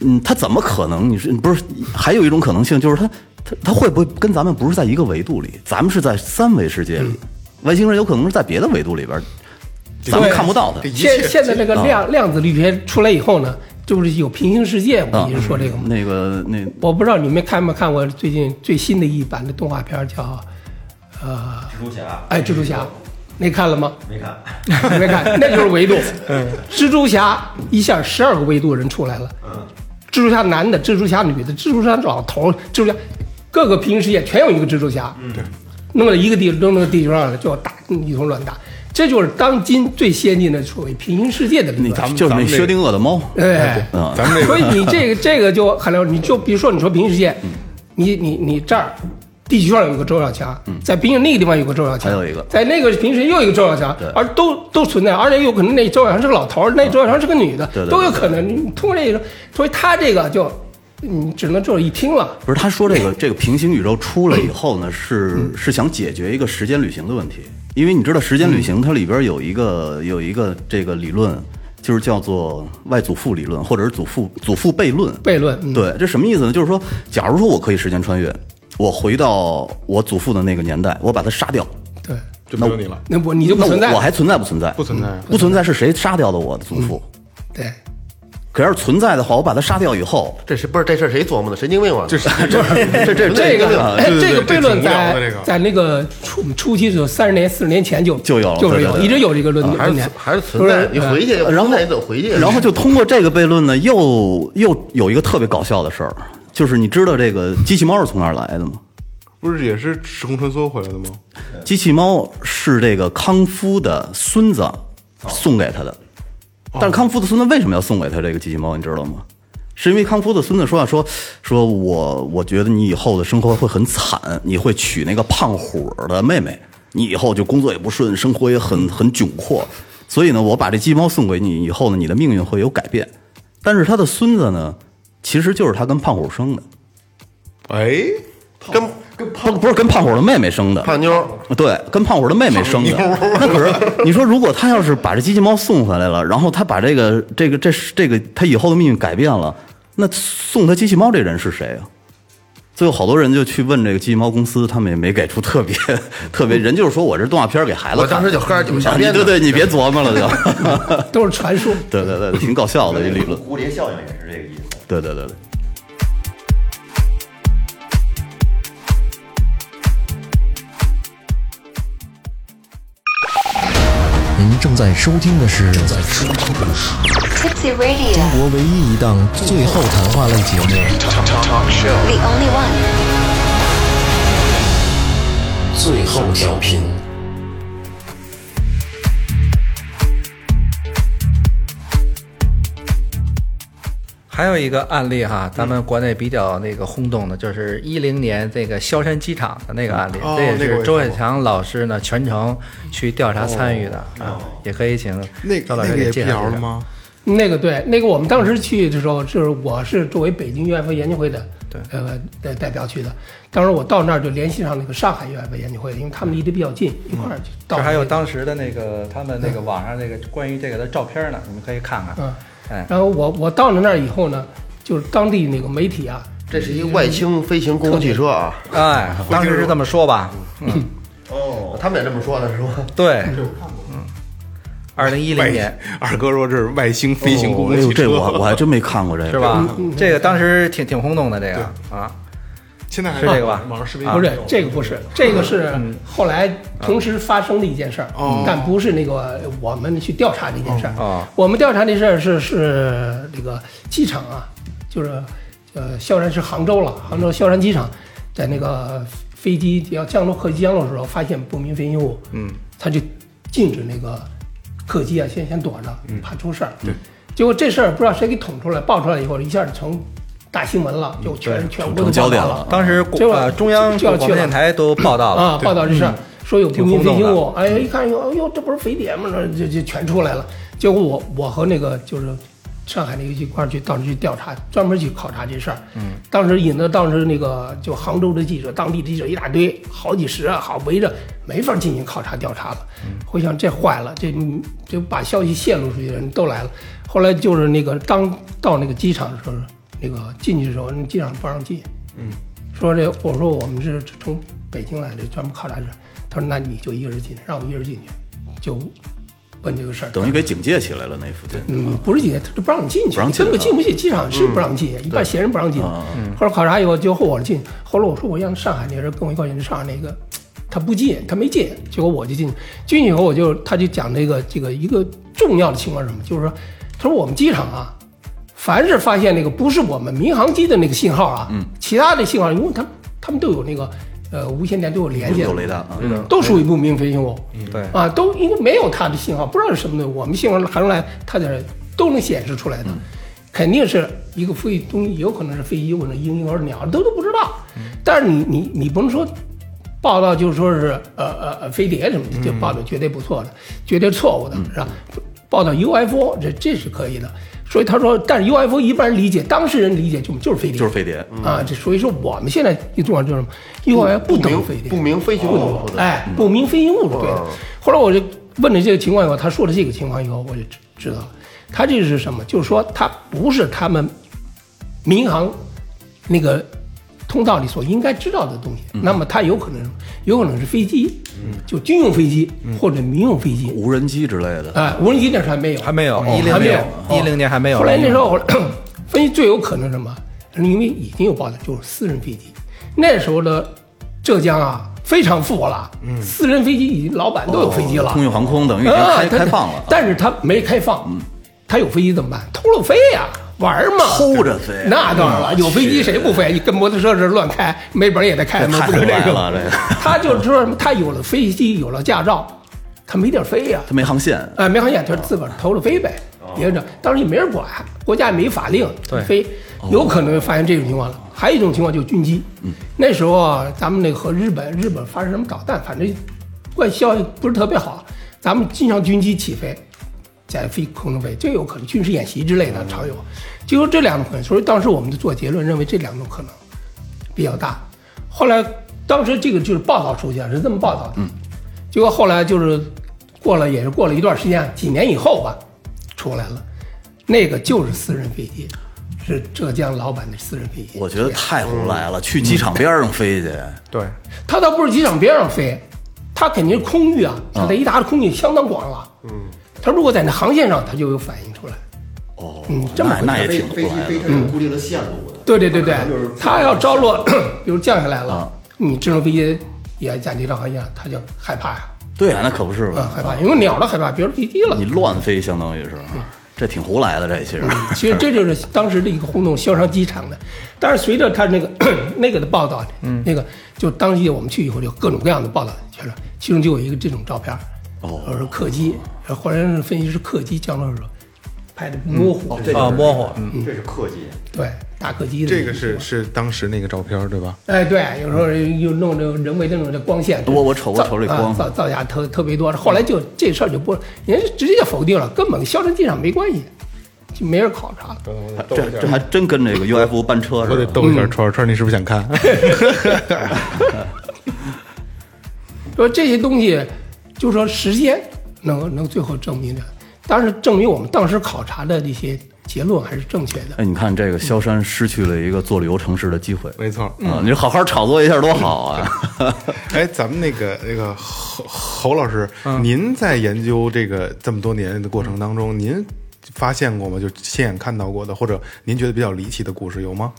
S5: 嗯，他怎么可能？你说不是？还有一种可能性就是他他他会不会跟咱们不是在一个维度里？咱们是在三维世界里，外星人有可能是在别的维度里边，咱们
S6: 对
S5: 看不到他
S3: 这。一
S6: 现
S3: 切啊
S6: 现在这个量量子力学出来以后呢，就是有平行世界，我
S5: 啊
S6: 一直说这个嘛。
S5: 那个那
S6: 我不知道你们看没看过最近最新的一版的动画片儿叫，呃，
S7: 蜘蛛侠
S6: 哎，蜘蛛侠，那看 了吗？
S7: 啊没看，
S6: 你没看，那就是维度。
S3: 嗯
S6: 蜘蛛侠一下十二个维度人出来了，
S3: 嗯
S6: 蜘蛛侠男的，蜘蛛侠女的，蜘蛛侠老头儿，蜘蛛侠各个平行世界全有一个蜘蛛侠，
S3: 嗯
S6: 对，弄到一个地弄到地球上了就打一通乱打，这就是当今最先进的所谓平行世界的理论。
S5: 那就是那薛定谔的猫，
S6: 哎，
S5: 嗯
S3: 咱们这
S6: 所
S3: 个
S6: 以你 这个这个就很了，你就比如说你说平行世界，
S4: 嗯
S6: 你你你这儿。地球上有个周小强，
S4: 嗯
S6: 在平行那个地方有个周小强，
S5: 还有一个
S6: 在那个平行又有一个周小强，而都都存在，而且有可能那周小强是个老头儿，那
S4: 嗯
S6: 周小强是个女的，
S5: 对对对
S6: 都有可能。你通过这个，所以他这个就你只能就是一听了，
S5: 不是他说这个这个平行宇宙出来以后呢，
S6: 嗯
S5: 是是想解决一个时间旅行的问题，因为你知道时间旅
S6: 嗯
S5: 行它里边有一个有一个这个理论，就是叫做外祖父理论，或者是祖父祖父悖论。
S6: 悖论。嗯、
S5: 对，这什么意思呢？就是说，假如说我可以时间穿越，我回到我祖父的那个年代，我把他杀掉，
S6: 对，
S3: 就没有你了，
S6: 那我你就不
S5: 那
S6: 存在
S5: 我
S6: 了，
S5: 我还存在不存在？
S3: 不存在啊
S5: 不存在是谁杀掉的我的祖父？
S6: 对，
S5: 可要是存在的话，我把他杀掉以后，
S4: 这是不是这事儿谁琢磨的？神经病啊吧？
S3: 这 是这是
S4: 这这
S6: 这个哎
S3: 对对
S6: 这个
S3: 对
S6: 悖论
S3: 挺无聊的
S6: 在
S3: 这个
S6: 在那个初初期就三十年四十年前就
S5: 就有了
S6: 就
S5: 对对
S6: 是有
S5: 对
S6: 一直有这个论
S4: 啊还
S6: 论
S4: 是
S6: 点，
S4: 还是存在。你回
S6: 呃
S4: 去，
S5: 然后
S4: 存在你怎么回去？
S5: 然后就通过这个悖论呢，又又有一个特别搞笑的事儿，就是你知道这个机器猫是从哪儿来的吗？
S3: 不是也是时空穿梭回来的吗？
S5: 机器猫是这个康夫的孙子送给他的，但是康夫的孙子为什么要送给他这个机器猫？你知道吗？是因为康夫的孙子说啊，说说我我觉得你以后的生活会很惨，你会娶那个胖虎儿的妹妹，你以后就工作也不顺，生活也很很窘迫，所以呢，我把这鸡猫送给你以后呢，你的命运会有改变。但是他的孙子呢，其实就是他跟胖虎生的，
S3: 哎，
S4: 跟
S5: 不不是跟胖虎的妹妹生的，
S4: 胖妞儿
S5: 对，跟胖虎的妹妹生的。那可是你说，如果他要是把这机器猫送回来了，然后他把这个这个这是这个他以后的命运改变了，那送他机器猫这人是谁啊？最后好多人就去问这个鸡毛公司，他们也没给出特别特别，人就是说我这动画片给孩子看的，
S4: 我当时就喝着酒瞎
S5: 啊你
S4: 编的
S5: 对对，你别琢磨了就，
S6: 都是传说。
S5: 对对对，挺搞笑的这理论，
S7: 蝴蝶效应也是这个意思。
S5: 对对对对。
S8: 您正在收听的是正在收听的是
S9: Tipsy Radio,
S8: 中国唯一一档最后谈话类节目
S9: the only one.
S8: 《最后调频》。
S2: 还有一个案例哈，
S3: 嗯
S2: 咱们国内比较那个轰动的，就是一零年这个萧山机场的那个案例，
S3: 哦
S2: 这也
S3: 那个我
S2: 是
S3: 也
S2: 周远强老师呢全程去调查参与的啊，也可以请
S3: 哦那
S2: 赵
S3: 个
S2: 老
S3: 那
S2: 师
S3: 个
S2: 给
S3: 也
S2: 介
S3: 辟
S2: 绍
S3: 谣
S2: 一
S3: 了
S2: 下？
S3: 吗？
S6: 那个对，那个我们当时去的时候，就是我是作为北京 UFO 研究会的
S2: 对
S6: 呃代代表去的。当时我到那儿就联系上那个上海 UFO 研究会，因为他们离得比较近，一块儿去到那
S2: 嗯这
S6: 个。
S2: 还有当时的那个他们那个网上那个关于这个的照片呢，你们可以看看。
S6: 嗯，
S2: 哎，
S6: 然后我我到了那儿以后呢，就是当地那个媒体啊，
S4: 这是一个外倾飞行公共汽车啊，
S2: 哎， 当时是这么说吧？嗯
S7: 哦，
S4: 他们也这么说的，是吧？
S2: 对，嗯，二零一零年
S3: 二哥说这是外星飞行公
S5: 哎
S3: 共
S5: 呦，
S3: 汽
S5: 这
S3: 车，
S5: 我我还真没看过这个，
S2: 是吧？这个当时挺挺轰动的，这个啊，
S3: 现在还
S2: 是这个吧
S3: 网上视频
S2: 啊
S6: 不是这个不是，这个是后来同时发生的一件事儿，但不是那个我们去调查这件事儿
S2: 哦。
S6: 我们调查这事儿是是这个机场啊，就是呃萧山是杭州了，杭州萧山机场，在那个飞机要降落客机降落的时候，发现不明飞行物，嗯，他就禁止那个客机啊先先躲着，怕出事儿。对，结果这事儿不知道谁给捅出来，爆出来以后，一下就成大新闻了，就全全国都
S5: 成焦
S6: 报
S5: 点
S6: 道
S5: 了
S6: 了。
S2: 当时国
S6: 这个
S2: 呃中央
S6: 就要
S2: 广
S6: 去了
S2: 播电台都报道了
S6: 啊，报道这事儿，说有不
S2: 挺
S6: 明
S2: 轰
S6: 飞
S2: 动的
S6: 行物，哎，一看哟，哎呦，这不是非典吗？那就就全出来了。结果我我和那个就是上海那个一块儿去到处去调查，专门去考察这事儿。嗯，当时引得当时那个就杭州的记者，当地的记者一大堆，好几十啊，好围着，没法进行考察调查了。
S2: 嗯
S6: 回想这坏了，这嗯就把消息泄露出去的人都来了。后来就是那个当到那个机场的时候，那个进去的时候，那机场不让进。说这我说我们是从北京来的，专门考察这。他说那你就一个人进，让我一个人进去，就问这个事儿。
S5: 等于给警戒起来了那附近。
S6: 嗯，不是进，他就不让你进去，
S5: 不让进
S6: 根本
S5: 啊嗯
S6: 进不去。机场是不让进，一般闲人不让进。后来考察以后，就后我进。后来我说我让上海那人跟我一块儿进，上海那个他不进，他没进。结果我就进去，进去以后我就他就讲这个这个一个重要的情况是什么，就是说，他说我们机场啊，凡是发现那个不是我们民航机的那个信号啊，
S5: 嗯
S6: 其他的信号，因为他他们都有那个呃无线电都有连接的，
S5: 有雷达啊
S6: 嗯都属于不明飞行物，
S2: 对
S6: 啊，都因为没有它的信号，不知道是什么东西，我们信号传出来，它在都能显示出来的，
S5: 嗯
S6: 肯定是一个飞东西，有可能是飞机或者鹰或者鸟，都都不知道。
S5: 嗯
S6: 但是你你你不能说报道就说是呃呃呃飞碟什么
S5: 嗯
S6: 的，这报道绝对不错的，绝对错误的是吧？报道 UFO 这这是可以的，所以他说，但是 UFO 一般人理解，当事人理解就就是飞碟，
S5: 就是飞碟嗯
S6: 啊，这所以说我们现在一重要就是什么，UFO 不等于飞碟，
S4: 不明飞行物，
S6: 哎，不明飞行物是对的。后来我就问了这个情况以后，他说了这个情况以后，我就知知道了，他这是什么？就是说他不是他们民航那个通道里所应该知道的东西，那么它有可能有可能是飞机，就军用飞机或者民用飞机，
S5: 无人机之类的，
S6: 哎，无人机那时候还没有，
S2: 还没有，
S6: 哦
S2: 一零
S6: 还没有
S2: 年，，一零年还没有。
S6: 后来那时候我分析最有可能什么？因为已经有报道，就是私人飞机。那时候的浙江啊，非常富了，私人飞机已经老板都有飞机了，
S5: 嗯哦通用航空等于已经
S6: 啊
S5: 开
S6: 它
S5: 开放了，嗯
S6: 但是他没开放，他有飞机怎么办？偷了飞呀、玩儿嘛，
S5: 偷着飞嗯
S6: 那当然了，有飞机谁不飞？你跟摩托车这乱开，没本儿也得开，
S5: 这太
S6: 不是这
S5: 坏
S6: 个
S5: 了啊这个
S6: 他就是说什么，他有了飞机，有了驾照，他没地儿飞呀、
S5: 它没航线，
S6: 呃，没航线，就是自个儿投了飞呗，也是这样，当时也没人管，国家也没法令飞，有可能发现这种情况了。还有一种情况就是军机，那时候啊，咱们那个和日本日本发生什么导弹，反正怪消息不是特别好，咱们经常军机起飞，在飞空中飞，这有可能军事演习之类的常有，就说这两种可能，所以当时我们就做结论，认为这两种可能比较大。后来当时这个就是报道出去啊，是这么报道
S5: 嗯
S6: 的，结果后来就是过了，也是过了一段时间，几年以后吧，出来了，那个就是私人飞机，是浙江老板的私人飞机。
S5: 我觉得太胡来了，去机场边儿上飞去，
S2: 对，
S6: 它倒不是机场边上飞，它肯定是空域啊，它雷达的空域相当广了。嗯，它如果在那航线上，它就有反应出来。
S5: 哦，
S6: 嗯这么
S5: 那那也
S4: 飞
S5: 挺
S4: 飞
S5: 胡
S4: 机
S5: 来
S4: 飞
S5: 的。
S4: 它有固定的线路的，
S6: 对对对对
S4: 它就是，
S6: 它要着落， 比如降下来了，
S5: 啊
S6: 你这种飞机也在这条航线上，它就害怕呀，
S5: 对啊，那可不是
S6: 嗯，
S5: 吧？
S6: 害怕，因为鸟都害怕，别说飞机了
S5: 你。乱飞，相当于是，这挺胡来的，这其实。
S6: 其实这就是当时的一个轰动萧山机场的。但是随着他那个那个的报道，嗯，那个就当时我们去以后，就各种各样的报道，就是其中就有一个这种照片，
S5: 哦
S6: 我说客机，后来是分析是客机降落时候拍的模
S5: 哦
S6: 糊，
S7: 这
S2: 啊，
S7: 就是
S2: 模糊，嗯，
S7: 这是客机，
S6: 对，大客机的
S3: 这个是是当时那个照片对吧？
S6: 哎，对，有时候又弄这人为的弄这光线，
S5: 我我瞅我
S6: 造
S5: 瞅这光
S6: 啊造造假特特别多。后来就这事儿就不，人家直接就否定了，根本跟消沉机场没关系，就没人考察。
S5: 这这还真跟这个 UFO 班车
S3: 我
S5: 似
S3: 得
S5: 的。
S3: 逗一下川儿川儿，你是不是想看？
S6: 说这些东西，就说时间能能最后证明的，当然证明我们当时考察的这些结论还是正确的。
S5: 哎，你看这个萧山失去了一个做旅游城市的机会
S3: 没错。
S5: 啊！你好好炒作一下多好啊！
S3: 哎，咱们那个那个侯侯老师，您在研究这个这么多年的过程当中，您发现过吗？就亲眼看到过的，或者您觉得比较离奇的故事有吗？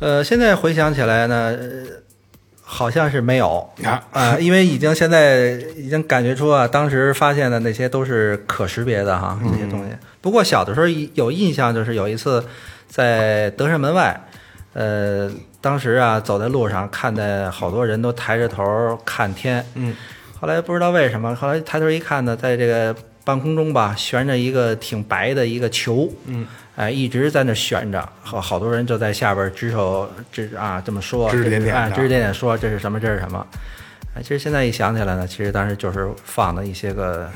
S2: 呃，现在回想起来呢，呃好像是没有
S3: 啊
S2: 啊、因为已经现在已经感觉出啊，当时发现的那些都是可识别的哈，这些东西。不过小的时候一有印象，就是有一次在德胜门外，呃，当时啊走在路上，看见好多人都抬着头看天，嗯，后来不知道为什么，后来抬头一看呢，在这个半空中吧，悬着一个挺白的一个球，嗯，哎，一直在那悬着，好好多人就在下边指手指啊这么说，
S3: 指指点点
S2: 哎
S3: 的
S2: 指指点点说这是什么，这是什么。哎，其实现在一想起来呢，其实当时就是放的一些 个，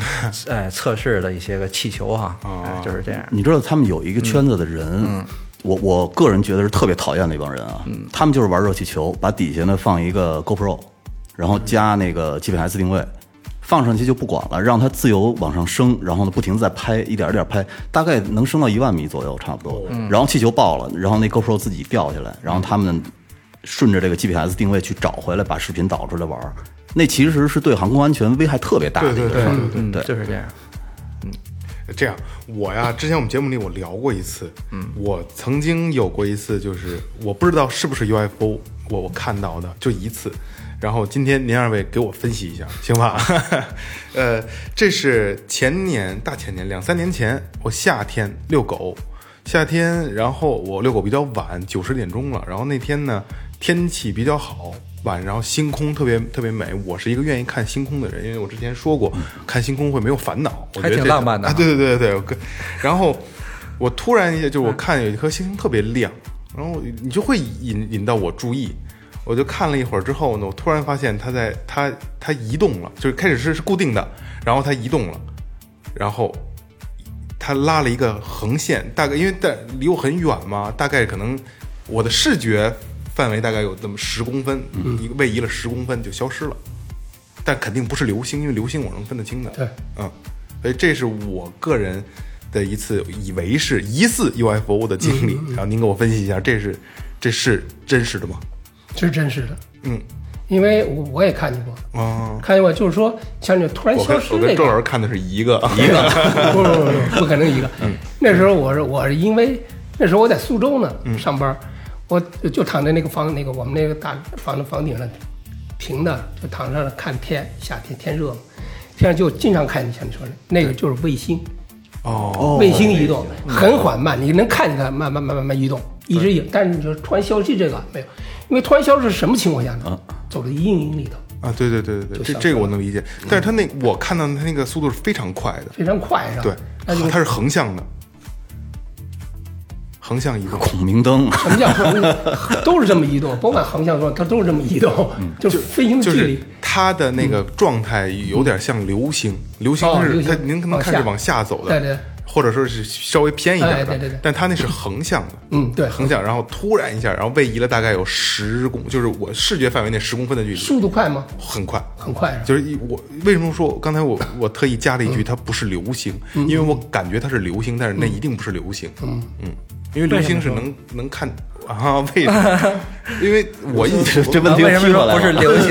S2: 哎，测试的一些个气球哈，
S5: 哦
S2: 哎，就是这样。
S5: 你知道他们有一个圈子的人，
S2: 嗯
S5: 我我个人觉得是特别讨厌的一帮人啊。他们就是玩热气球，把底下呢放一个 GoPro，然后加那个 GPS 定位，放上去就不管了，让它自由往上升，然后呢不停地在拍，一点一点拍，大概能升到一万米左右，差不
S2: 哦
S5: 多。然后气球爆了，然后那 GoPro 自己掉下来，然后他们顺着这个 GPS 定位去找回来，把视频导出来玩儿。那其实是对航空安全危害特别大的一个事儿，
S2: 嗯，就是这样。
S3: 这样，我呀，之前我们节目里我聊过一次，嗯，我曾经有过一次，就是我不知道是不是 UFO，我我看到的就一次。然后今天您二位给我分析一下，行 吧？呃，这是前年大前年两三年前，我夏天遛狗，夏天，然后我遛狗比较晚，九十点钟了。然后那天呢，天气比较好，晚，然后星空特别特别美。我是一个愿意看星空的人，因为我之前说过，看星空会没有烦恼，我觉得
S2: 嗯还挺
S3: 这
S2: 浪漫的
S3: 啊
S2: 啊
S3: 对对对对，我跟，然后我突然一下，就是我看有一颗星星特别亮，然后你就会引引到我注意。我就看了一会儿之后呢，我突然发现它在它它移动了，就是开始是是固定的，然后它移动了，然后它拉了一个横线，大概因为在离我很远嘛，大概可能我的视觉范围大概有这么十公分，
S6: 嗯
S3: 一个位移了十公分就消失了。但肯定不是流星，因为流星我能分得清的。
S6: 对，
S3: 嗯，所以这是我个人的一次以为是疑似 UFO 的经
S6: 嗯
S3: 历。然后您给我分析一下，这是这是真实的吗？
S6: 这是真实的，
S3: 嗯，
S6: 因为我我也看见过，
S3: 哦，
S6: 看见过就是说像这突然
S3: 我跟
S6: 消失
S3: 我
S6: 那
S3: 跟郑老
S6: 个，
S3: 师看的是一个，
S6: 一个 不不不不不可能一个。那时候我是我是因为那时候我在苏州呢上班，我就躺在那个房那个我们那个大房的房顶上平的就躺着看天，夏天天热嘛，天上就经常看见像你说的那个就是卫星。
S3: 哦，
S6: 卫星移动很缓慢，你能看见它慢慢慢慢慢移动，一直有。但是你说突然消失这个没有，因为突然消失是什么情况下
S3: 嗯
S6: 呢？走到阴影里头，
S3: 啊，对对对对对，
S6: 就
S3: 这
S6: 像
S3: 这个我能理解。
S6: 嗯
S3: 但是他那我看到他那个速度是非常快的，
S6: 非常快，是吧？
S3: 对，
S6: 那就
S3: 它是横向的，横向移动。
S5: 孔明 灯。
S2: 啊
S6: 什么叫横？都是这么移动，甭管横向说，它都是这么移动， 就是飞行
S3: 嗯
S6: 的
S3: 就
S6: 距
S3: 是
S6: 离。嗯
S3: 它的那个状态有点像流星，流星
S6: 哦
S3: 是
S6: 流星
S3: 它您可能看是往下走的，
S6: 对对
S3: 或者说是稍微偏一点
S6: 哎
S3: 的，
S6: 对对对
S3: 但它那是横向的，
S6: 嗯对
S3: 横向，然后突然一下，然后位移了大概有十公，就是我视觉范围内十公分的距离，
S6: 速度快吗？
S3: 很快。
S6: 很快，是吧？
S3: 就是一我为什么说刚才我我特意加了一句它不是流星，因为我感觉它是流星，但是那一定不是流星。嗯，因为流星是能能看啊，为什么？因为我印象
S5: 这问题又
S2: 啊 为什么
S5: 踢回
S2: 说
S5: 来
S2: 不是
S5: 了。
S2: 流星？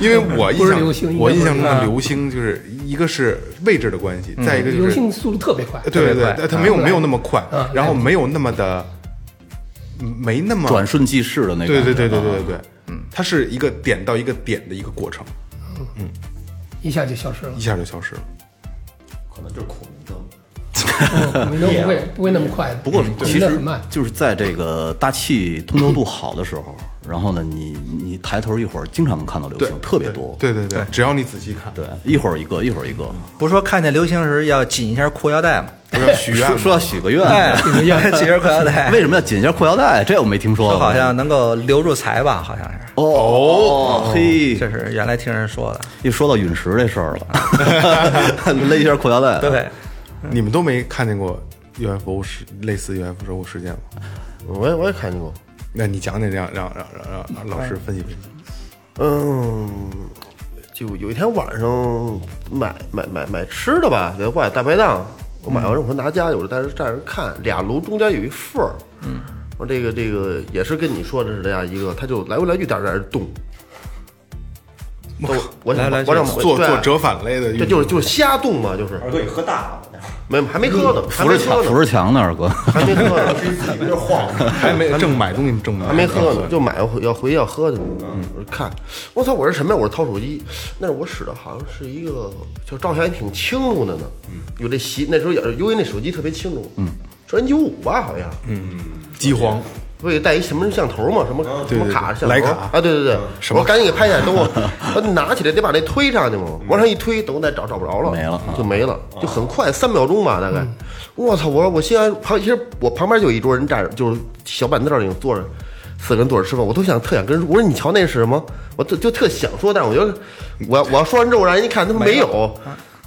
S3: 因为我印
S6: 不是流星
S3: 象，
S6: 应该
S3: 我
S6: 不是
S3: 印象中的流星就是一个是位置的关系，再一个就
S6: 流
S3: 是
S6: 星速度特别快，
S3: 对对
S2: 特别快
S3: 对，它没有
S6: 嗯
S3: 没有那么快
S6: 嗯，
S3: 然后没有那么的，没那么
S5: 转瞬即逝的那个，
S3: 对对对对对对对，嗯，它是一个点到一个点的一个过程，
S6: 一下就消失了
S3: 一。下就消失了。
S7: 可能就是孔明灯。
S6: 嗯没那不会不会那么快的，
S5: 不过
S6: 孔
S5: 其
S6: 明灯
S5: 实
S6: 很慢。
S5: 就是在这个大气
S3: 嗯
S5: 通透度好的时候，然后呢，你你抬头一会儿，经常能看到流
S3: 对
S5: 星，，特别多。
S3: 对对对，只要你仔细看，
S5: 对，一会儿一个，一会儿一个。
S2: 不是说看见流星时要紧一下裤腰带吗？
S3: 不是许愿
S5: 说
S3: 吗，
S5: 说到许个愿，啊
S2: 哎， 紧一下裤腰 带，
S5: 为什么要紧一下裤腰带？这我没听说
S2: 说
S5: 过。
S2: 好像能够留住财吧？好像是，
S5: 嗯哦，嘿，
S2: 这是原来听人说的。
S5: 一说到陨石这事儿 了，勒一下裤腰带。，
S2: 对，
S3: 你们都没看见过 UFO 事类似 UFO 事件吗？
S4: 我也我也看见过。
S3: 那你讲讲，让让让让让老师分析分析。
S4: 嗯，就有一天晚上买买买买吃的吧，在外大排档，我买完之后我拿家里，我就在这站着看，俩炉中间有一缝儿，嗯，我这个这个也是跟你说的是这样一个，它就来回来去在这儿动。我我想
S2: 嗯来来
S4: 我想
S3: 做
S4: 对啊
S3: 做折返类的运
S4: 这
S3: 动，
S4: 就是就是瞎动嘛，就是
S7: 耳朵你啊喝大了，
S4: 没还没喝呢，还
S5: 扶
S4: 没
S5: 着墙，
S4: 喝
S5: 扶
S4: 呢，
S5: 着墙呢，二哥。
S4: 还没喝 呢，
S7: 自己在这晃，
S3: 还没正买东西，正买啊
S4: 还没喝呢，嗯就买回要回要喝的。我说看，我操，我是什么呀？我是掏手机，那我使的好像是一个，就照相也挺清楚的呢。有这习，那时候也是因为那手机特别清楚，嗯，是 N 九五吧，好像，嗯，
S3: 饥荒，
S4: 不也带一什么像头嘛，什么什
S3: 对
S4: 么
S3: 对
S4: 卡
S3: 对
S4: 像头
S3: 徕卡
S4: 啊，对对对，
S3: 什
S4: 我
S3: 么
S4: 说赶紧给拍下来，等 我我拿起来得把那推上去嘛，往上一推，等我再找找不着了，嗯
S5: 没了啊
S4: 就嗯没了，就很快，三秒钟吧，大概。我操！我说我现在旁，其实我旁边就有一桌人站着，就是小板凳儿上坐着，四个人坐着吃饭，我都想特想跟人说，我说你瞧那是什么？我就就特想说，但是我觉得我我要说完之后让人一看他妈没有，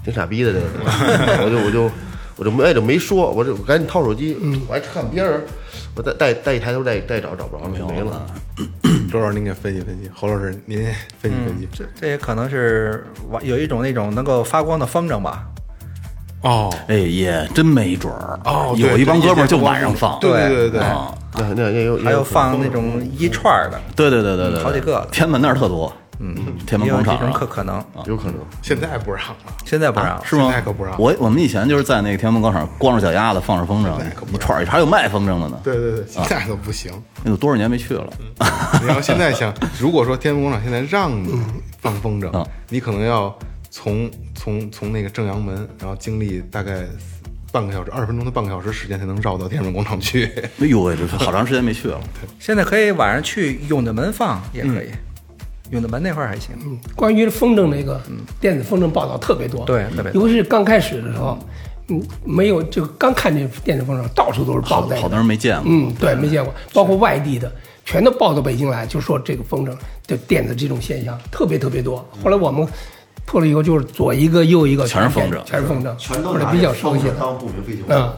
S4: 挺傻逼的这个， 我就我就我就没我就没说，我就我赶紧掏手机，我还看别人，我再再再一抬头再再找找不着了，就嗯没了。
S3: 周老师您给分析分析，侯老师您分析分
S4: 嗯
S3: 析。
S2: 这这也可能是往有一种那种能够发光的风筝吧。
S3: 哦
S5: 哎，也真没准儿
S3: 哦，对
S5: 有一帮
S3: 这
S5: 哥们儿
S3: 这
S5: 就晚上放，
S3: 对对对对对，
S5: 啊，
S4: 那那那有
S2: 还有放那种一串儿的，
S5: 对对对对对对，
S2: 嗯好几个
S5: 天安门那儿特多，嗯，天安
S2: 也
S5: 门广
S2: 有这
S5: 场
S2: 种可
S5: 上
S2: 可能，
S4: 有可能，
S3: 现在不让了，
S2: 现在不让了。
S5: 是吗
S3: 现在可不让？
S5: 啊我我们以前就是在那个天安门广场光着脚丫子放着风筝，一串儿一串儿还有卖风筝的呢，
S3: 对对对，现在可不行。
S5: 那都多少年没去了，
S3: 你要现在想，如果说天安门广场现在让你放风筝
S5: 嗯，
S3: 你可能要从从从那个正阳门，然后经历大概半个小时、二十分钟到半个小时时间才能绕到天安门广场去。
S5: 哎呦喂，这是好长时间没去了，
S2: 现在可以晚上去永定门放也可以，永定门那块儿还行。
S6: 关于风筝那个电子风筝报道特别多，
S2: 嗯对特别多
S6: 尤其是刚开始的时候，嗯，没有就刚看见电子风筝，到处都是
S5: 好
S6: 报道，
S5: 好多人没见过，
S6: 嗯，对，没见过，包括外地的，全都报到北京来，就说这个风筝的电子这种现象特别特别多。后来我们破了以后，就是左一个右一个，
S5: 嗯全是风筝
S6: 全是风筝，
S7: 全都
S6: 或者
S7: 拿
S6: 比较
S7: 这
S6: 熟悉
S7: 风筝
S6: 的。
S7: 当不明飞行物。
S6: 嗯，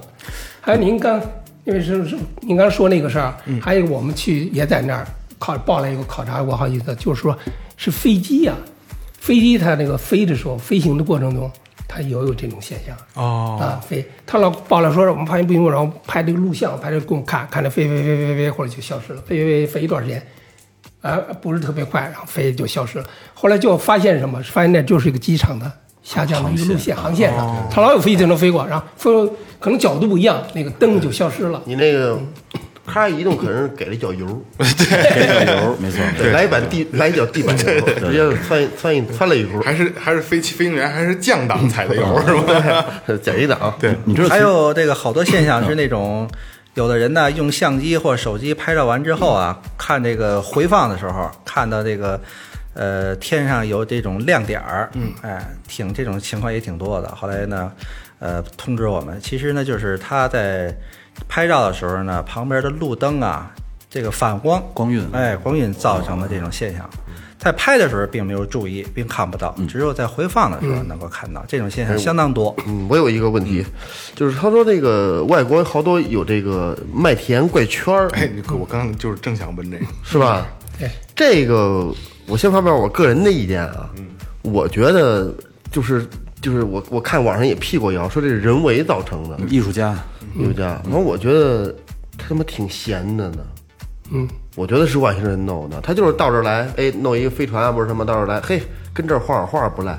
S6: 还有您刚，因为是是您刚说那个事儿，还有我们去也在那儿考报了一个考察过好几次，就是说是飞机呀、飞机它那个飞的时候，飞行的过程中，它也有这种现象。
S3: 哦
S6: 啊，飞，他老报了说我们发现不行，然后拍这个录像，拍这个给我们看，看着飞飞飞飞飞，或者就消失了，飞飞飞飞一段时间，啊、不是特别快，然后飞就消失了。后来就发现什么？发现那就是一个机场的下降的一个路线航线上，它老有飞机在那飞过，然后飞可能角度不一样，那个灯就消失了。
S4: 你那个咔一动，可能是给了一脚油。
S5: 给点油，没错，
S4: 对，来一板地，来一脚地板油，直接窜一窜一窜了一
S3: 还是还是飞机飞行员还是降档踩的油是吧？
S4: 波，减一档。
S3: 对，
S5: 你知道其
S2: 还
S5: 实嗯
S2: 有这个好多现象是那种，有的人呢用相机或手机拍照完之后啊，
S5: 嗯
S2: 看这个回放的时候，看到这个呃天上有这种亮点儿，嗯，哎，挺这种情况也挺多的。后来呢，呃，通知我们，其实呢就是他在拍照的时候呢，旁边的路灯啊，这个反光
S5: 光晕哦
S2: 哎，光晕造成的这种现象。在拍的时候并没有注意，并看不到，
S5: 嗯
S2: 只有在回放的时候能够看到，这种现象相当多。
S4: 嗯，我有一个问题，就是他说那个外国好多有这个麦田怪圈儿，
S3: 哎，你我刚刚就是正想问这个，
S4: 是吧？
S7: 嗯
S6: 对，
S4: 这个我先发表我个人的意见啊，
S7: 嗯
S4: 我觉得就是就是我我看网上也辟过谣，说这是人为造成的，
S5: 艺术家
S4: 艺术家。反正我觉得他他妈挺闲的呢。
S6: 嗯，
S4: 我觉得是外星人弄的，他就是到这儿来，哎，弄一个飞船啊，不是什么，到这儿来，嘿，跟这儿画会画不赖，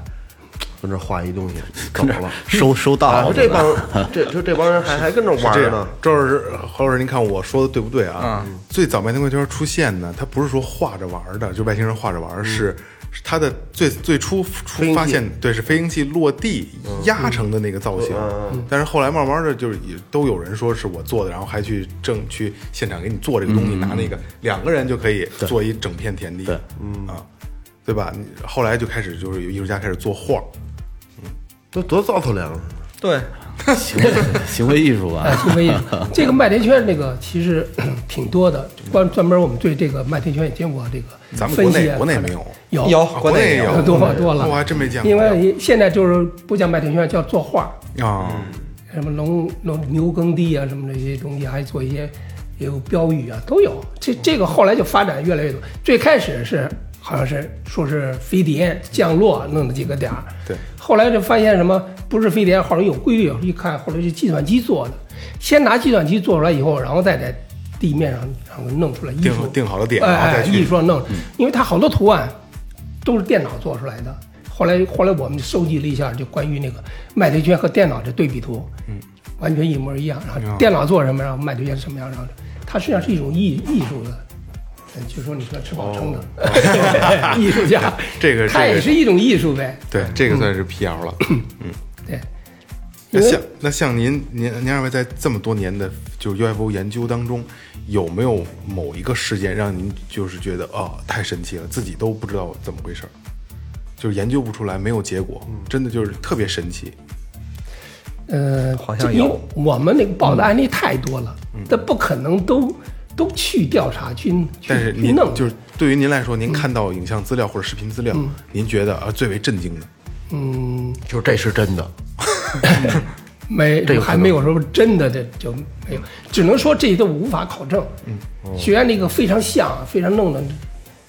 S4: 跟这儿画一东西，走了。
S5: 收收
S4: 啊，
S5: 到
S4: 说这帮这就这帮人还还跟着玩
S3: 这
S4: 儿
S3: 样
S4: 呢，，
S3: 周老师，侯老师，您看我说的对不对啊？
S4: 嗯
S3: 最早外星人出现呢，它不是说画着玩儿的，就外星人画着玩儿，是是它的最最初
S4: 嗯飞
S3: 出
S4: 行
S3: 发
S4: 器嗯
S3: 现，对，是飞行器落地压成的那个造型。但是后来慢慢的，就是也都有人说是我做的，然后还去正去现场给你做这个东
S4: 嗯
S3: 西，拿那个两个人就可以做一整片田地，嗯啊，对吧？你后来就开始就是有艺术家开始做画儿，
S4: 都多造头粮啊，
S2: 对，
S5: 行为行为艺术吧
S6: 哎，，行为艺术。这个麦田圈这个其实 挺多的，专专门我们对这个麦田圈也经过这个
S3: 咱们国
S6: 分
S3: 内
S6: 析啊。
S3: 国内没有，
S6: 有
S2: 有
S3: 啊
S2: 国内
S3: 内
S2: 也
S3: 也
S2: 有
S3: 有
S6: 多了多了，
S3: 我还真没见过
S6: 因为现在就是不叫麦田圈，叫作画，
S3: 啊。
S6: 什么农农牛耕地啊，什么这些东西，还做一些也有标语啊，都有。
S3: 嗯
S6: 这这个后来就发展越来越多。最开始是好像是说是飞碟降落弄了几个点儿，
S3: 对
S6: 后来就发现什么不是飞碟，后来有规律，一看后来是计算机做的，先拿计算机做出来以后，然后再在地面上然后弄出来艺
S3: 定
S6: 术，
S3: 定好了点，
S6: 哎
S3: 然后
S6: 哎
S3: 再去嗯
S6: 艺术上弄，因为它好多图案都是电脑做出来的。后来后来我们收集了一下，就关于那个麦田圈和电脑的对比图，嗯，完全一模一样。然
S3: 啊
S6: 后电脑做什么，然后麦田圈是什么样，然后它实际上是一种艺艺术的。呃就说你说吃饱撑的、 艺术家，
S3: 哦 这个
S6: 它
S3: 这
S6: 也
S3: 个
S6: 是一种艺术呗。
S3: 对，这个算是辟 谣了。
S6: 嗯
S3: 嗯
S6: 对，
S3: 那
S6: 因为
S3: 像那像您您您二位在这么多年的就是 UFO 研究当中，有没有某一个事件让您就是觉得哦太神奇了，自己都不知道怎么回事儿，就是研究不出来，没有结果，
S6: 嗯
S3: 真的就是特别神奇。
S6: 呃，
S2: 好像
S6: 这因为
S2: 有
S6: 我们那个报的
S3: 嗯
S6: 案例太多了，这、不可能都都去调查去去
S3: 但是
S6: 去
S3: 您
S6: 弄，
S3: 就是对于您来
S6: 嗯
S3: 说，您看到影像资料或者视频资料，您觉得啊最为震惊的，
S4: 就是这是真的，
S6: 没
S4: 这个可
S6: 还
S4: 能
S6: 没有说真的，这就没有，只能说这都无法考证。嗯，
S4: 哦
S6: 学院那个非常像，啊非常弄的，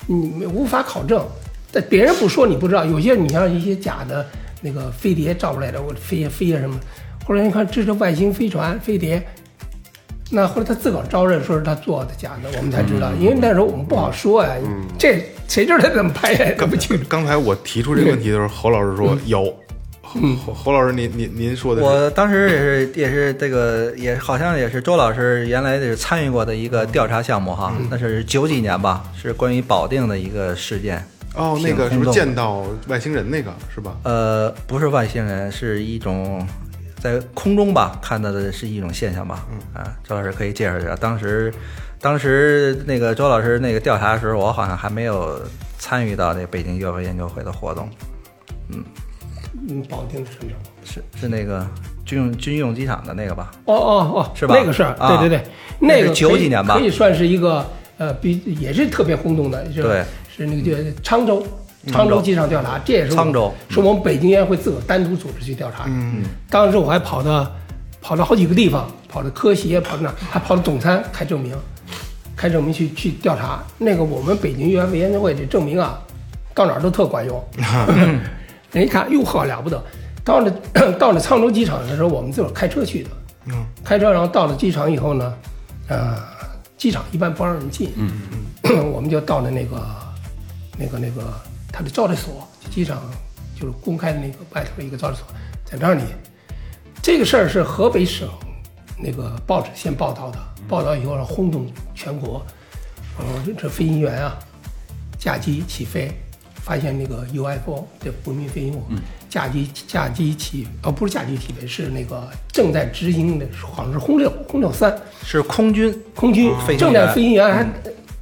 S6: 你没无法考证。但别人不说你不知道，有些你像一些假的那个飞碟照出来的，我飞飞呀什么，后来你看这是外星飞船飞碟，那后来他自个儿招认说是他做的假的，我们才知
S4: 嗯
S6: 道，因为那时候我们不好说呀、这谁知道他怎么拍 呀，怎么去？
S3: 刚才我提出这个问题的时候，侯老师
S6: 嗯
S3: 说有，侯侯侯老师您您您说的是
S2: 我当时也是也是这个也好像也是周老师原来也是参与过的
S3: 嗯
S2: 一个调查项目哈，那是九几年吧，是关于保定的一个事件。
S3: 哦那
S2: 挺
S3: 个什
S2: 轰
S3: 么
S2: 动
S3: 见到外星人那个是吧？
S2: 呃，不是外星人，是一种在空中吧看到的是一种现象吧。
S3: 嗯
S2: 啊，周老师可以介绍一下。当时，当时那个周老师那个调查的时候，我好像还没有参与到那个北京 UFO 研究会的活动，
S6: 嗯，保定是什么时候？
S2: 是是那个军用军用机场的那个吧？
S6: 哦哦哦，
S2: 是吧
S6: 那个事儿，对
S2: 啊
S6: 对对，
S2: 那
S6: 那
S2: 是
S6: 个
S2: 九
S6: 可以
S2: 几年吧
S6: 可以算是一个呃，比也是特别轰动的，就是
S2: 对
S6: 是那个叫沧州。沧州机场调查，这也是我们
S2: 沧州
S6: 是我们北京烟会自个儿单独组织去调查的。嗯，当时我还跑到跑到好几个地方，跑到科协，跑到哪儿，还跑到总参开证明，开证明去去调查。那个我们北京烟会研究会这证明啊，到哪儿都特管用。人一看，哟呵，了不得！到了到了沧州机场的时候，我们自个儿开车去的。嗯，开车，然后到了机场以后呢，呃，机场一般不让人进。嗯嗯 我们就到了那个那个那个他的招待所，机场就是公开的那个外头一个招待所，在那里。这个事儿是河北省那个报纸先报道的，报道以后呢轰动全国。呃，这飞行员啊，驾机起飞，发现那个 UFO 这不明飞行物，驾机驾机起，哦，不是驾机起飞，是那个正在执行的，好像是轰六轰六三
S2: 是空军
S6: 空军
S5: 啊
S2: 飞行
S6: 正
S2: 员
S6: 在飞行员还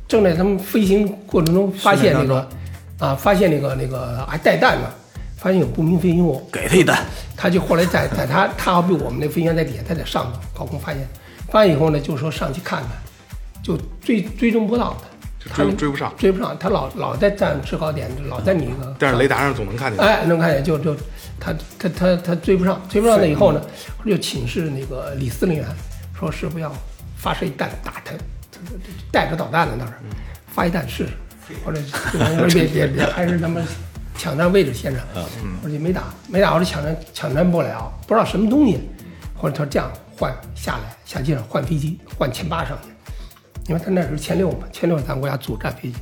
S6: 正在他们飞行过程中发现那
S2: 训练
S6: 个啊，发现那个那个还带弹呢，发现有不明飞行物，
S5: 给他一弹，
S6: 他就后来在在他他好比我们那飞行员在底下，他在上头高空发现，发现以后呢，就说上去看看，就追追踪不到
S3: 就
S6: 他，
S3: 追
S6: 他
S3: 追不上
S6: 追不上，他老老在站制高点，老在你那个，
S3: 但是雷达上总能看见。
S6: 哎，能看见就就他他他他追不上，追不上了以后呢，后来就请示那个李司令员，说是不要发射一弹打他，他他带着导弹了那
S3: 嗯
S6: 是，发一弹试试，后来就别别别，还是他妈抢占位置先生，
S3: 嗯
S6: 嗯我说就没打没打，我说抢占抢占不了，不知道什么东西，后来他说这样换下来下机场换飞机换歼八上去，因为他那时候歼六嘛，歼六是咱国家主战飞机。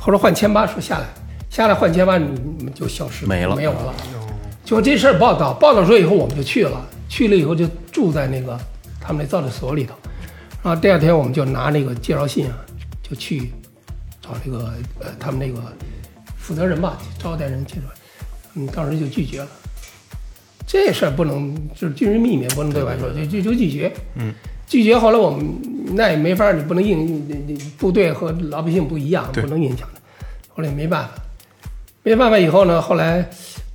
S6: 后来换歼八说下来，下来换歼八，你你们就消失
S5: 没了
S6: 没有了。就这事儿报道，报道说以后我们就去了，去了以后就住在那个他们那造纸所里头，然后第二天我们就拿那个介绍信啊，就去找这个呃他们那个负责人吧，招待人介绍，嗯，当时就拒绝了。这事儿不能就是军事秘密，不能对外说，就就就拒绝。嗯，拒绝。后来我们那也没法儿，你不能硬，你你你部队和老百姓不一样，不能硬抢的。后来也没办法，没办法以后呢，后来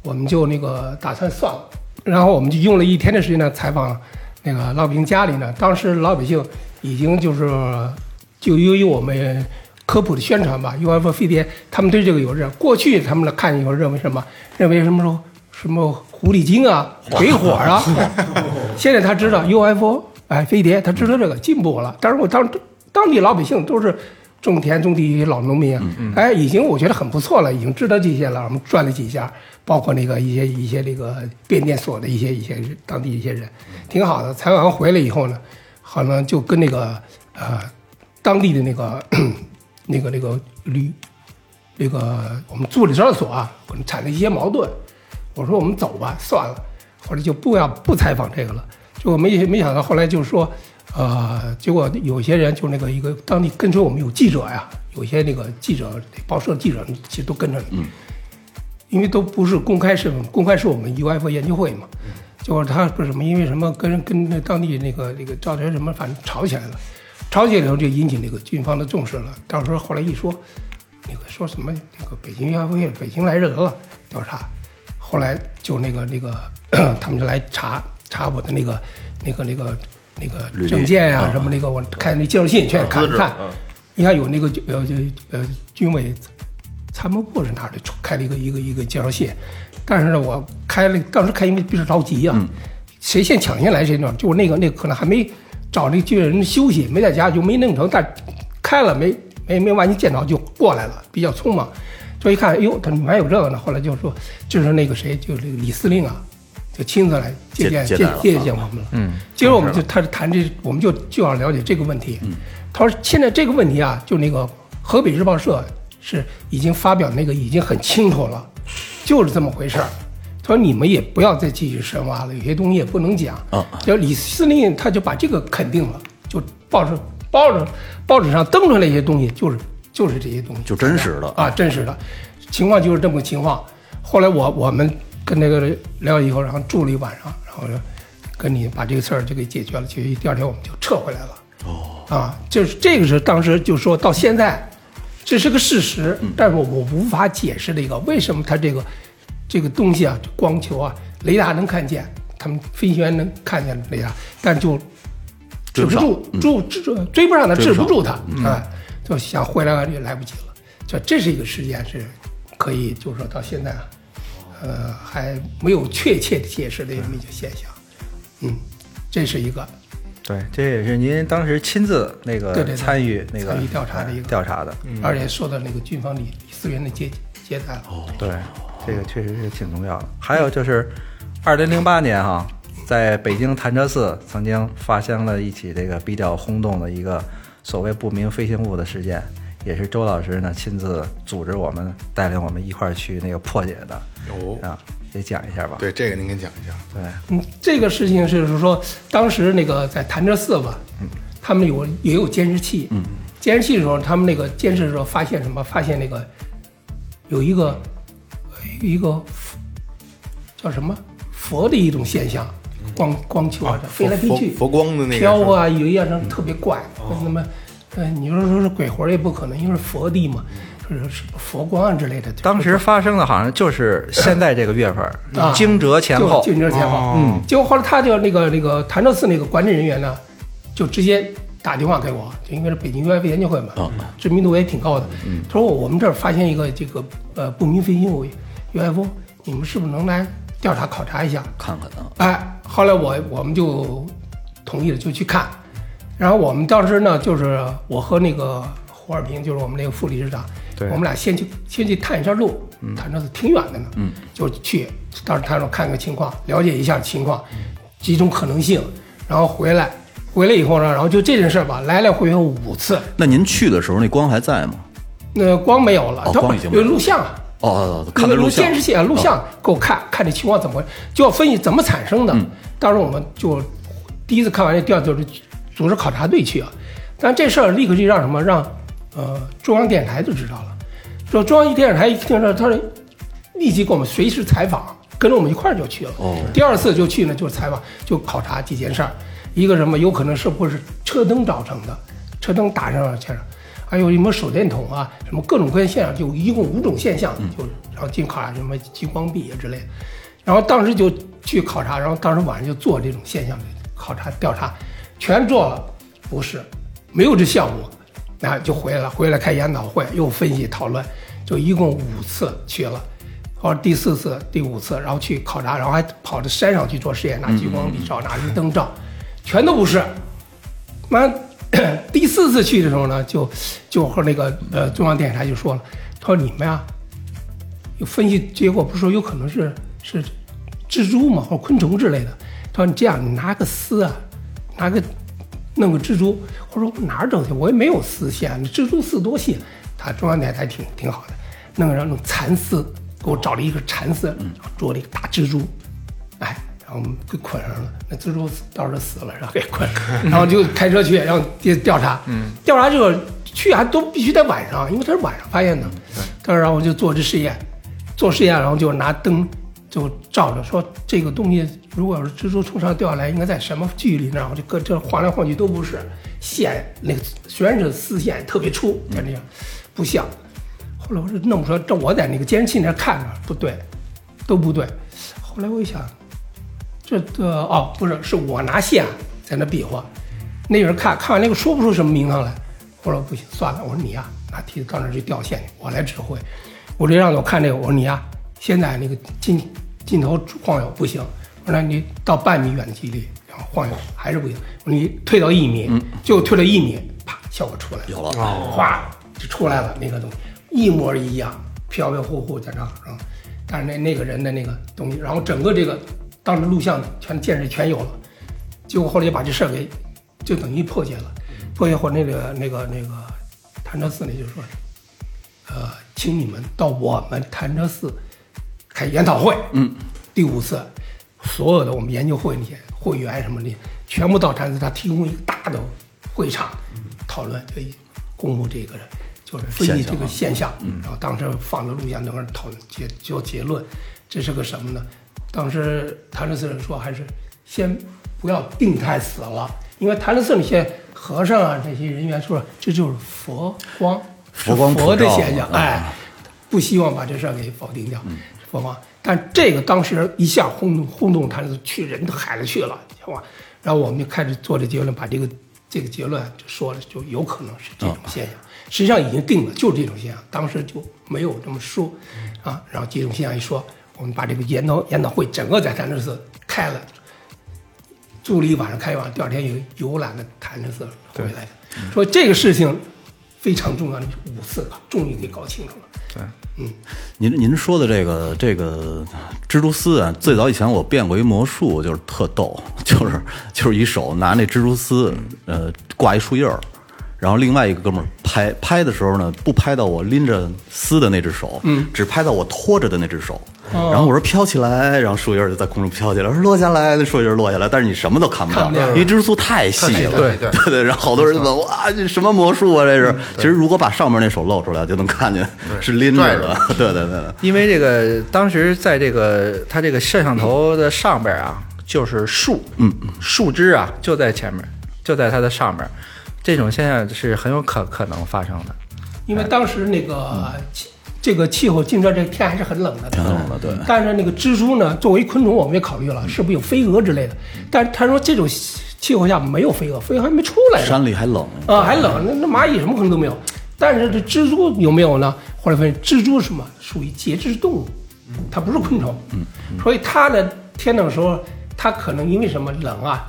S6: 我们就那个打算算了，然后我们就用了一天的时间呢采访那个老百姓家里呢，当时老百姓已经就是就由于我们科普的宣传吧，UFO 飞碟，他们对这个有认，过去他们看以后认为什么？认为什么时候什么狐狸精啊、鬼火啊，现在他知道 UFO 哎飞碟，他知道这个进步了，但是我当当地老百姓都是。种田种地老农民啊，哎，已经我觉得很不错了，已经知道这些了。我们转了几下，包括那个一些一些这个变电所的一些一些当地一些人，挺好的。采访完回来以后呢，好像就跟那个呃当地的那个 那个那个旅那个我们助理招待所啊，可能产生一些矛盾。我说我们走吧，算了，后来就不要不采访这个了。结果没没想到后来就是说，呃，结果有些人就那个一个当地跟随我们有记者呀，有些那个记者报社记者其实都跟着你，因为都不是公开身份，公开是我们 UFO 研究会嘛。就是他不是什么，因为什么跟跟那当地那个那个赵哲什么，反正吵起来了，吵起来以后就引起那个军方的重视了。到时候后来一说，那个说什么那个北京运会北京来人了调查，后来就那个那 个他们就来查查我的那个那个那个那个证件呀、什么那个我看那介绍信全看看，你看有那个呃就呃军委参谋部是哪儿的出开了一个一个一个介绍信，但是呢，我开了当时开因为比较着急啊，谁先抢先来谁弄，就我那个那个可能还没找那军人休息，没在家就没弄成，但开了没没没完全见着就过来了，比较匆忙，这一看，哎呦，他们还有这个呢，后来就说就是那个谁，就是那个李司令啊。就亲自来接见
S5: 接
S6: 接
S5: 接待了
S6: 接见我们了，嗯，接着我们就他谈这，我们就就要了解这个问题，嗯，他说现在这个问题啊，就那个河北日报社是已经发表那个已经很清楚了，就是这么回事儿。他说你们也不要再继续深挖了，有些东西也不能讲。
S5: 啊
S6: 就李司令他就把这个肯定了，就报纸报纸报纸上登出来一些东西，就是就是这些东西，
S5: 就真实的
S6: 啊，真实的情况就是这么个情况。后来我我们跟那个聊以后，然后住了一晚上，然后跟你把这个事儿就给解决了。其实第二天我们就撤回来了。哦，啊，就是这个是当时就说到现在，这是个事实，但是我我无法解释这个为什么它这个这个东西啊，这光球啊，雷达能看见，他们飞行员能看见雷达，但就
S5: 追不
S6: 止不
S5: 上嗯
S6: 住，住追追追不上他，
S5: 追不上
S6: 治
S5: 嗯
S6: 不住他，哎，就想回来了也来不及了。这这是一个事件，是可以就是说到现在啊，呃，还没有确切的解释的这么一个现象。嗯，这是一个
S2: 对，这也是您当时亲自那个
S6: 对对对
S2: 参与那个
S6: 参与调查的一个嗯
S2: 哎调查的，
S5: 嗯
S6: 而且受到那个军方李李思源的接接待了。
S2: 对，这个确实是挺重要的。还有就是，二零零八年哈、在北京潭柘寺曾经发生了一起这个比较轰动的一个所谓不明飞行物的事件，也是周老师呢亲自组织我们带领我们一块儿去那个破解的。
S3: 哦
S2: 啊，也讲一下吧。
S3: 对这个您给讲一下。
S2: 对
S6: 嗯，这个事情是说，当时那个在潭柘寺吧，
S3: 嗯
S6: 他们有也有监视器，监视器的时候，他们那个监视的时候发现什么？发现那个有一个有一个叫什么佛的一种现象，光光球啊，飞来飞去，
S3: 嗯佛佛光的那个
S6: 飘
S3: 是吧嗯
S6: 啊，有一样特别怪，那么。呃，你说说是鬼魂儿也不可能，因为是佛地嘛，是
S3: 嗯
S6: 是佛光啊之类的。
S2: 当时发生的好像就是现在这个月份儿，
S6: 啊
S2: 惊蛰前后。
S6: 就惊蛰前后，嗯，结果后来他就那个那个潭柘寺那个管理人员呢，就直接打电话给我，就因为是北京 UFO 研究会嘛，
S2: 哦
S6: 嗯知名度也挺高的，
S2: 嗯
S6: 他说我们这儿发现一个这个呃不明飞行物 UFO，你们是不是能来调查考察一下？
S5: 看看啊，
S6: 哎，后来我我们就同意了，就去看。然后我们当时呢，就是我和那个胡二平，就是我们那个副理事长，
S2: 对
S6: 我们俩先去先去探一下路，探着是挺远的呢，嗯，就去，当时他说看个情况，了解一下情况，几种可能性，然后回来，回来以后呢，然后就这件事儿吧，来来回回五次，
S5: 那您去的时候那光还在吗？
S6: 那光没有了
S5: 哦，
S6: 它
S5: 光已经没
S6: 有
S5: 有
S6: 录像啊，
S5: 哦，看的
S6: 那个
S5: 录
S6: 录
S5: 像，哦
S6: 监视器啊，录像给我看看这情况怎么回，就要分析怎么产生
S5: 嗯
S6: 的。当时我们就第一次看完这，第二次就是组织考察队去啊。但这事儿立刻就让什么让呃中央电视台就知道了，说中央电视台一听说，他说立即给我们随时采访，跟着我们一块儿就去了。
S5: 哦
S6: 第二次就去呢，就是采访，就考察几件事儿，一个什么有可能是不是车灯造成的，车灯打上了前哎上，还有什么手电筒啊，什么各种各样现象，就一共五种现象，就然后进考察什么激光笔啊之类的，然后当时就去考察，然后当时晚上就做这种现象的考察调查，全做了，不是，没有这项目，那就回来了，回来开研讨会，又分析讨论，就一共五次去了。或者第四次、第五次，然后去考察，然后还跑到山上去做实验，拿激光笔照，拿日灯照，全都不是。妈， 第四次去的时候呢，就就和那个呃中央电视台就说了，他说你们呀、有分析结果不是说有可能是是蜘蛛嘛或者昆虫之类的，他说你这样，你拿个丝啊，拿个弄个蜘蛛，我说我哪儿整去？我也没有丝线，蜘蛛丝多细。他中央电台挺挺好的，弄个然后弄蚕丝，给我找了一个蚕丝，然后捉了一个大蜘蛛，哎，然后给捆上了。那蜘蛛到时候死了，然后给捆上， 然后就开车去，然后调调查，调查这个去还都必须得晚上，因为他是晚上发现的。当时然后我就做这实验，做实验，然后就拿灯就照着说这个东西，如果要是蜘蛛从上掉下来，应该在什么距离呢？然后就搁这晃来晃去都不是线，那个虽然是丝线特别粗，像这样不像。后来我说弄不出来，这我在那个监视器那儿看着不对，都不对。后来我一想，这这哦不是，是我拿线啊在那比划，那人看看完那个说不出什么名堂来。我说不行，算了，我说你呀、拿梯子到那儿去掉线去，我来指挥。我这让我看这个，我说你呀、先在那个镜镜头晃悠不行，我说那你到半米远的距离，然后晃悠还是不行，我说你退到一米，就退了一米，啪，效果出来了，有了，哗就出来了那个东西，一模一样，飘飘忽忽在那儿，然后但是那那个人的那个东西，然后整个这个当时录像全见识全有了，结果后来就把这事儿给就等于破解了，破解后那个那个那个潭柘寺那就说，呃，请你们到我们潭柘寺开研讨会，嗯，第五次，所有的我们研究会那些会员什么的，全部到潭柘寺，他提供一个大的会场
S5: 嗯
S6: 讨论，就一公布这个人。就是分析这个现象，
S5: 嗯
S6: 然后当时放着录像，等会儿讨论结就结论，这是个什么呢？当时谭德斯人说，还是先不要定太死了，因为谭德斯那些和尚啊，这些人员说这就是佛光，
S5: 佛光
S6: 是
S5: 普
S6: 佛的
S5: 照
S6: 现象，
S5: 啊
S6: 哎，不希望把这事儿给否定掉，佛光。但这个当时一下轰动轰动谭德斯，去人都海了去了，知道吧？然后我们就开始做这结论，把这个这个结论就说了，就有可能是这种现象。实际上已经定了，就是这种现象，当时就没有这么说啊。然后这种现象一说，我们把这个研讨研讨会整个在潭柘寺开了，住了一晚上，开一晚上，第二天有游览的潭柘寺回来的。说这个事情非常重要，五次吧，终于给搞清楚了。
S5: 您您说的这个这个蜘蛛丝啊，最早以前我变过一魔术，就是特逗，就是就是一手拿那蜘蛛丝，呃，挂一树叶儿，然后另外一个哥们儿拍拍的时候呢，不拍到我拎着丝的那只手，嗯，哦只拍到我拖着的那只手。然后我说飘起来，然后树叶儿就在空中飘起来，我说落下来，那树叶儿落下来，但是你什么都看不到，因为蜘蛛丝太细了。
S4: 对
S5: 对对对，然后好多人问哇，这什么魔术啊？这是，其实如果把上面那手露出来，就能看见是拎着的。 对对对。
S2: 因为这个当时在这个它这个摄像头的上边啊，就是树，嗯，树枝啊就在前面，就在它的上边，这种现象是很有可可能发生的。
S6: 因为当时那个气、这个气候，今朝这天还是很冷的，嗯挺冷的，对。嗯但是那个蜘蛛呢，作为昆虫，我们也考虑了，是不是有飞蛾之类的？但是他说这种气候下没有飞蛾，飞蛾还没出来呢。
S5: 山里还冷，
S6: 啊，还冷，那那蚂蚁什么可能都没有。但是这蜘蛛有没有呢？后来发现蜘蛛是什么属于节肢动物，它不是昆虫，所以它的天冷的时候，它可能因为什么冷啊，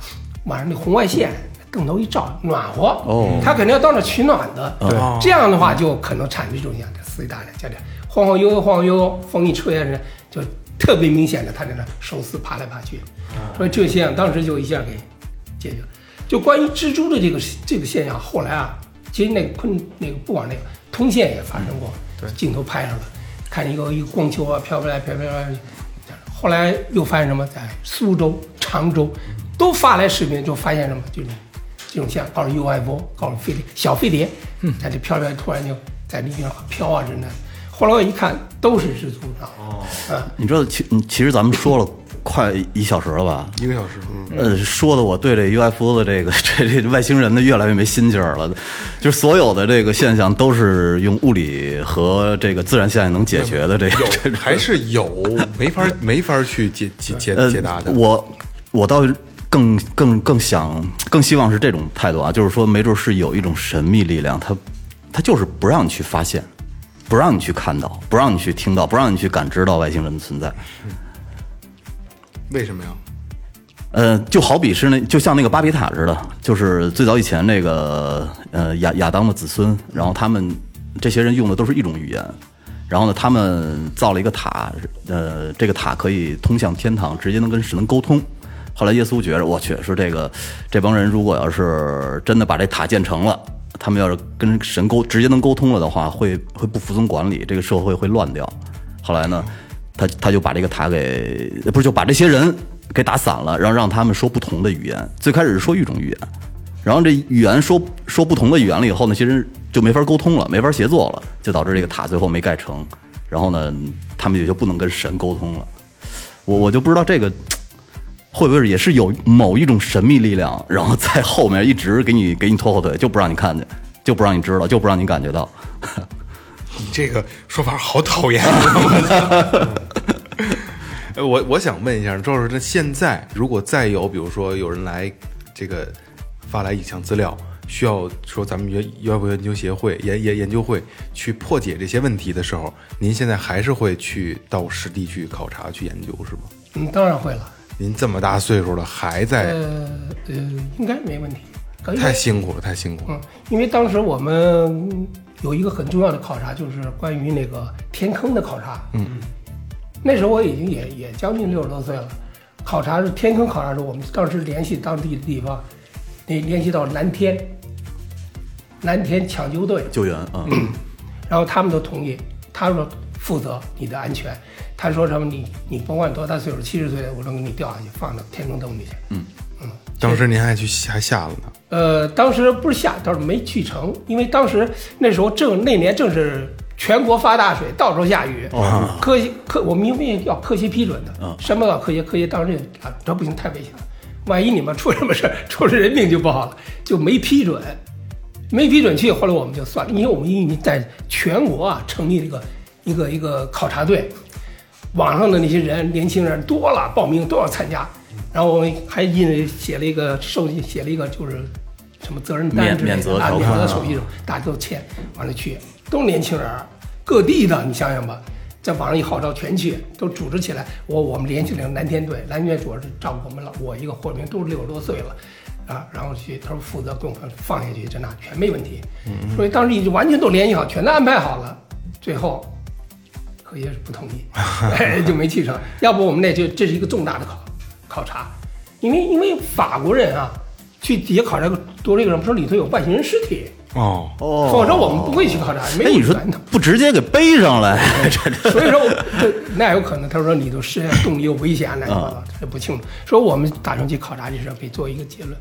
S6: 晚上那红外线灯头一照暖和，
S5: 哦
S6: 它肯定要到那儿取暖的，对，这样的话就可能产生这种现象，四季大人家里晃晃悠悠晃晃悠悠，风一吹啊，就特别明显的它在那手撕爬来爬去，所以这些当时就一下给。解决。就关于蜘蛛的这个这个现象，后来啊，其实那个昆那个不管那个通县也发生过，镜头拍上了，看一个一个光球啊飘飘来飘飘来，后来又发现什么，在苏州、常州都发来视频，就发现什么这种这种像告诉 UFO，告诉飞碟小飞碟，在这飘飘突然就在地上飘啊真的。后来我一看，都是蜘蛛，知道吗？啊，
S5: 你知道，其嗯其实咱们说了快一小时了吧？
S3: 一个小时，嗯，
S5: 呃，说的我对这 UFO 的这个 这这外星人的越来越没心劲儿了，就是所有的这个现象都是用物理和这个自然现象能解决的这个这
S3: 有还是有，没法没法去解解解
S5: 呃
S3: 解答的。
S5: 我我倒更更更想更希望是这种态度啊，就是说，没准是有一种神秘力量，它它就是不让你去发现，不让你去看到，不让你去听到，不让你去感知到外星人的存在。
S3: 为什么呀？
S5: 呃，就好比是那，就像那个巴比塔似的，就是最早以前那个呃亚亚当的子孙，然后他们这些人用的都是一种语言，然后呢，他们造了一个塔，呃，这个塔可以通向天堂，直接能跟神能沟通。后来耶稣觉着，我去，说这个这帮人如果要是真的把这塔建成了，他们要是跟神沟直接能沟通了的话，会会不服从管理，这个社会会乱掉。后来呢，他他就把这个塔给呃不是就把这些人给打散了，然后让他们说不同的语言。最开始是说一种语言，然后这语言说说不同的语言了以后呢，其实就没法沟通了，没法协作了，就导致这个塔最后没盖成。然后呢，他们也就不能跟神沟通了。我我就不知道这个会不会也是有某一种神秘力量，然后在后面一直给你给你拖后腿，就不让你看见，就不让你知道，就不让你感觉到。
S3: 你这个说法好讨厌。啊 呃我我想问一下，赵老师，那现在如果再有，比如说有人来这个发来影像资料，需要说咱们 U UFO 研究协会研研研究会去破解这些问题的时候，您现在还是会去到实地去考察去研究是吗？
S6: 嗯，当然会了。
S3: 您这么大岁数了，还在，
S6: 呃呃，应该没问题。可以
S3: 太辛苦了，太辛苦了。
S6: 嗯，因为当时我们有一个很重要的考察，就是关于那个填坑的考察。嗯，那时候我已经也也将近六十多岁了，考察是填坑考察时候，我们当时联系当地的地方，联联系到蓝天，蓝天抢救队，
S5: 救援啊，
S6: 然后他们都同意，他说负责你的安全，他说什么你你甭管多大岁数，七十岁我能给你掉下去，放到天坑洞里去。
S3: 当时您还去还下了呢，
S6: 呃，当时不是下，倒是没去成，因为当时那时候正那年正是全国发大水，到处下雨，科学科我们因为要科学批准的，什么都要科学，科学当时也啊，这不行，太危险了，万一你们出什么事儿， 出人命就不好了，就没批准，没批准去，后来我们就算了，因为我们已经在全国啊成立了一个一个一个考察队，网上的那些人，年轻人多了，报名都要参加。然后我们还印了写了一个收集，写了一个就是什么责任单
S5: 免
S6: 之类
S5: 免责
S6: 的啊，
S5: 条
S6: 免
S5: 款
S6: 责
S5: 啊
S6: 手续什么，大家都签，完了去，都是年轻人儿，各地的，你想想吧，在网上一号召全去，都组织起来。我我们联系了蓝天队，蓝天队主要是照顾我们老我一个活民，都是六十多岁了。啊，然后去，他说负责给我们放下去，这那全没问题，嗯所以当时已经完全都联系好，全都安排好了。最后可也是不同意， 哎就没去成。要不我们那就这是一个重大的考考察，因为因为法国人啊，去底下考察多这个人，不说里头有外星人尸体，
S3: 哦，
S6: 否则我们不会去考察，没
S5: 哎，
S6: 有
S5: 你说
S6: 源头。
S5: 不直接给背上来， 这这
S6: 所以说我， 这那有可能，他说里头实际上动力有危险啊，乱七八糟，这不清楚。说我们打算去考察这事儿，可以做一个结论。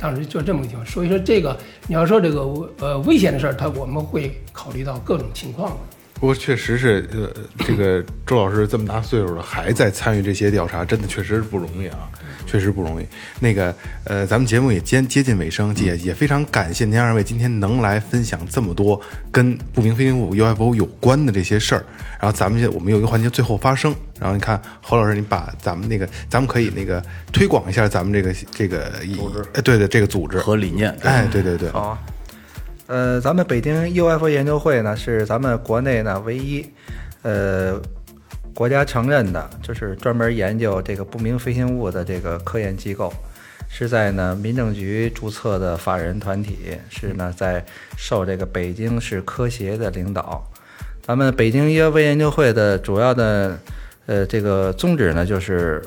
S6: 当时就这么个情况，所以说这个你要说这个呃危险的事儿，他我们会考虑到各种情况的。
S3: 不过确实是，呃，这个周老师这么大岁数了，还在参与这些调查，真的确实不容易啊，确实不容易。那个，呃，咱们节目也接接近尾声，也也非常感谢您二位今天能来分享这么多跟不明飞行物 UFO 有关的这些事儿。然后咱们现我们有一个环节最后发声，然后你看侯老师，你把咱们那个，咱们可以那个推广一下咱们这个这个组织，哎，对对，这个组织
S5: 和理念。
S3: 哎，对对对，
S2: 好啊。呃，咱们北京 UFO 研究会呢，是咱们国内呢唯一，呃，国家承认的，就是专门研究这个不明飞行物的这个科研机构，是在呢民政局注册的法人团体，是呢在受这个北京市科协的领导。咱们北京 UFO 研究会的主要的呃这个宗旨呢，就是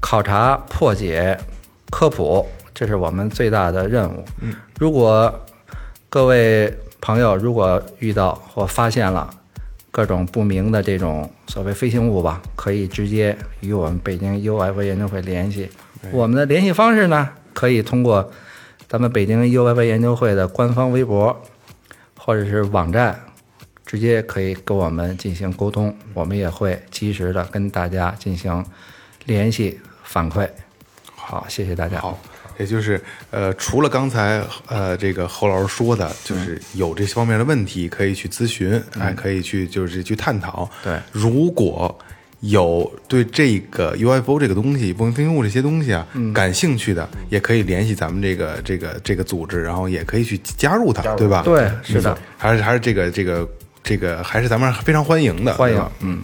S2: 考察、破解、科普，这是我们最大的任务。如果各位朋友如果遇到或发现了各种不明的这种所谓飞行物吧，可以直接与我们北京 UFO 研究会联系。我们的联系方式呢，可以通过咱们北京 UFO 研究会的官方微博或者是网站，直接可以跟我们进行沟通，我们也会及时的跟大家进行联系反馈。好，谢谢大家。
S3: 好，也就是呃，除了刚才呃这个侯老师说的，就是有这方面的问题可以去咨询，哎，可以去就是去探讨。
S2: 嗯对
S3: 如果有对这个 UFO 这个东西、不明飞行物这些东西啊、
S2: 嗯
S3: 感兴趣的，也可以联系咱们这个这个这个组织，然后也可以去加入它，对吧？
S2: 对是的
S3: 嗯，还是还是这个这个这个还是咱们非常欢迎的，
S2: 欢迎
S3: 对吧嗯，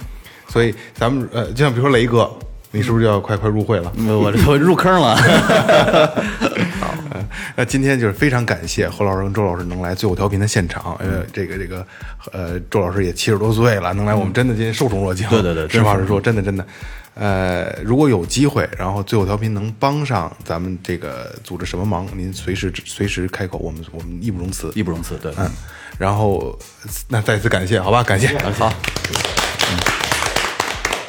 S3: 所以咱们呃，就像比如说雷哥，你是不是就要快快入会了？
S5: 我我入坑了，
S3: 那今天就是非常感谢侯老师跟周老师能来最后调频的现场，呃，
S5: 嗯
S3: 这个这个，呃，周老师也七十多岁了，能来我们真的今天受宠若惊。
S5: 对对对
S3: 实话实
S5: 真是
S3: 说，真的真的，呃，如果有机会，然后最后调频能帮上咱们这个组织什么忙，您随时随时开口，我们我们义不容辞。
S5: 义不容辞。对，
S3: 嗯，然后呃那再次感谢，好吧，感谢，
S5: 好，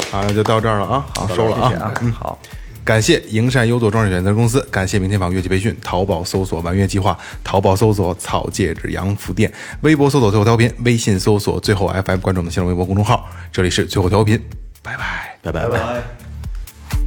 S3: 好，那就到这儿了啊，好，收了
S2: 谢谢
S3: 啊
S2: 啊，，好，
S3: 感谢营善优作装饰有限责任公司，感谢明天坊乐器培训，淘宝搜索“玩乐计划”，淘宝搜索“草戒指洋服店”，微博搜索“最后调频”，微信搜索“最后 FM”，关注我们新浪微博公众号。这里是最后调频，拜拜。
S5: 拜拜
S7: 拜
S5: 拜。
S7: 拜。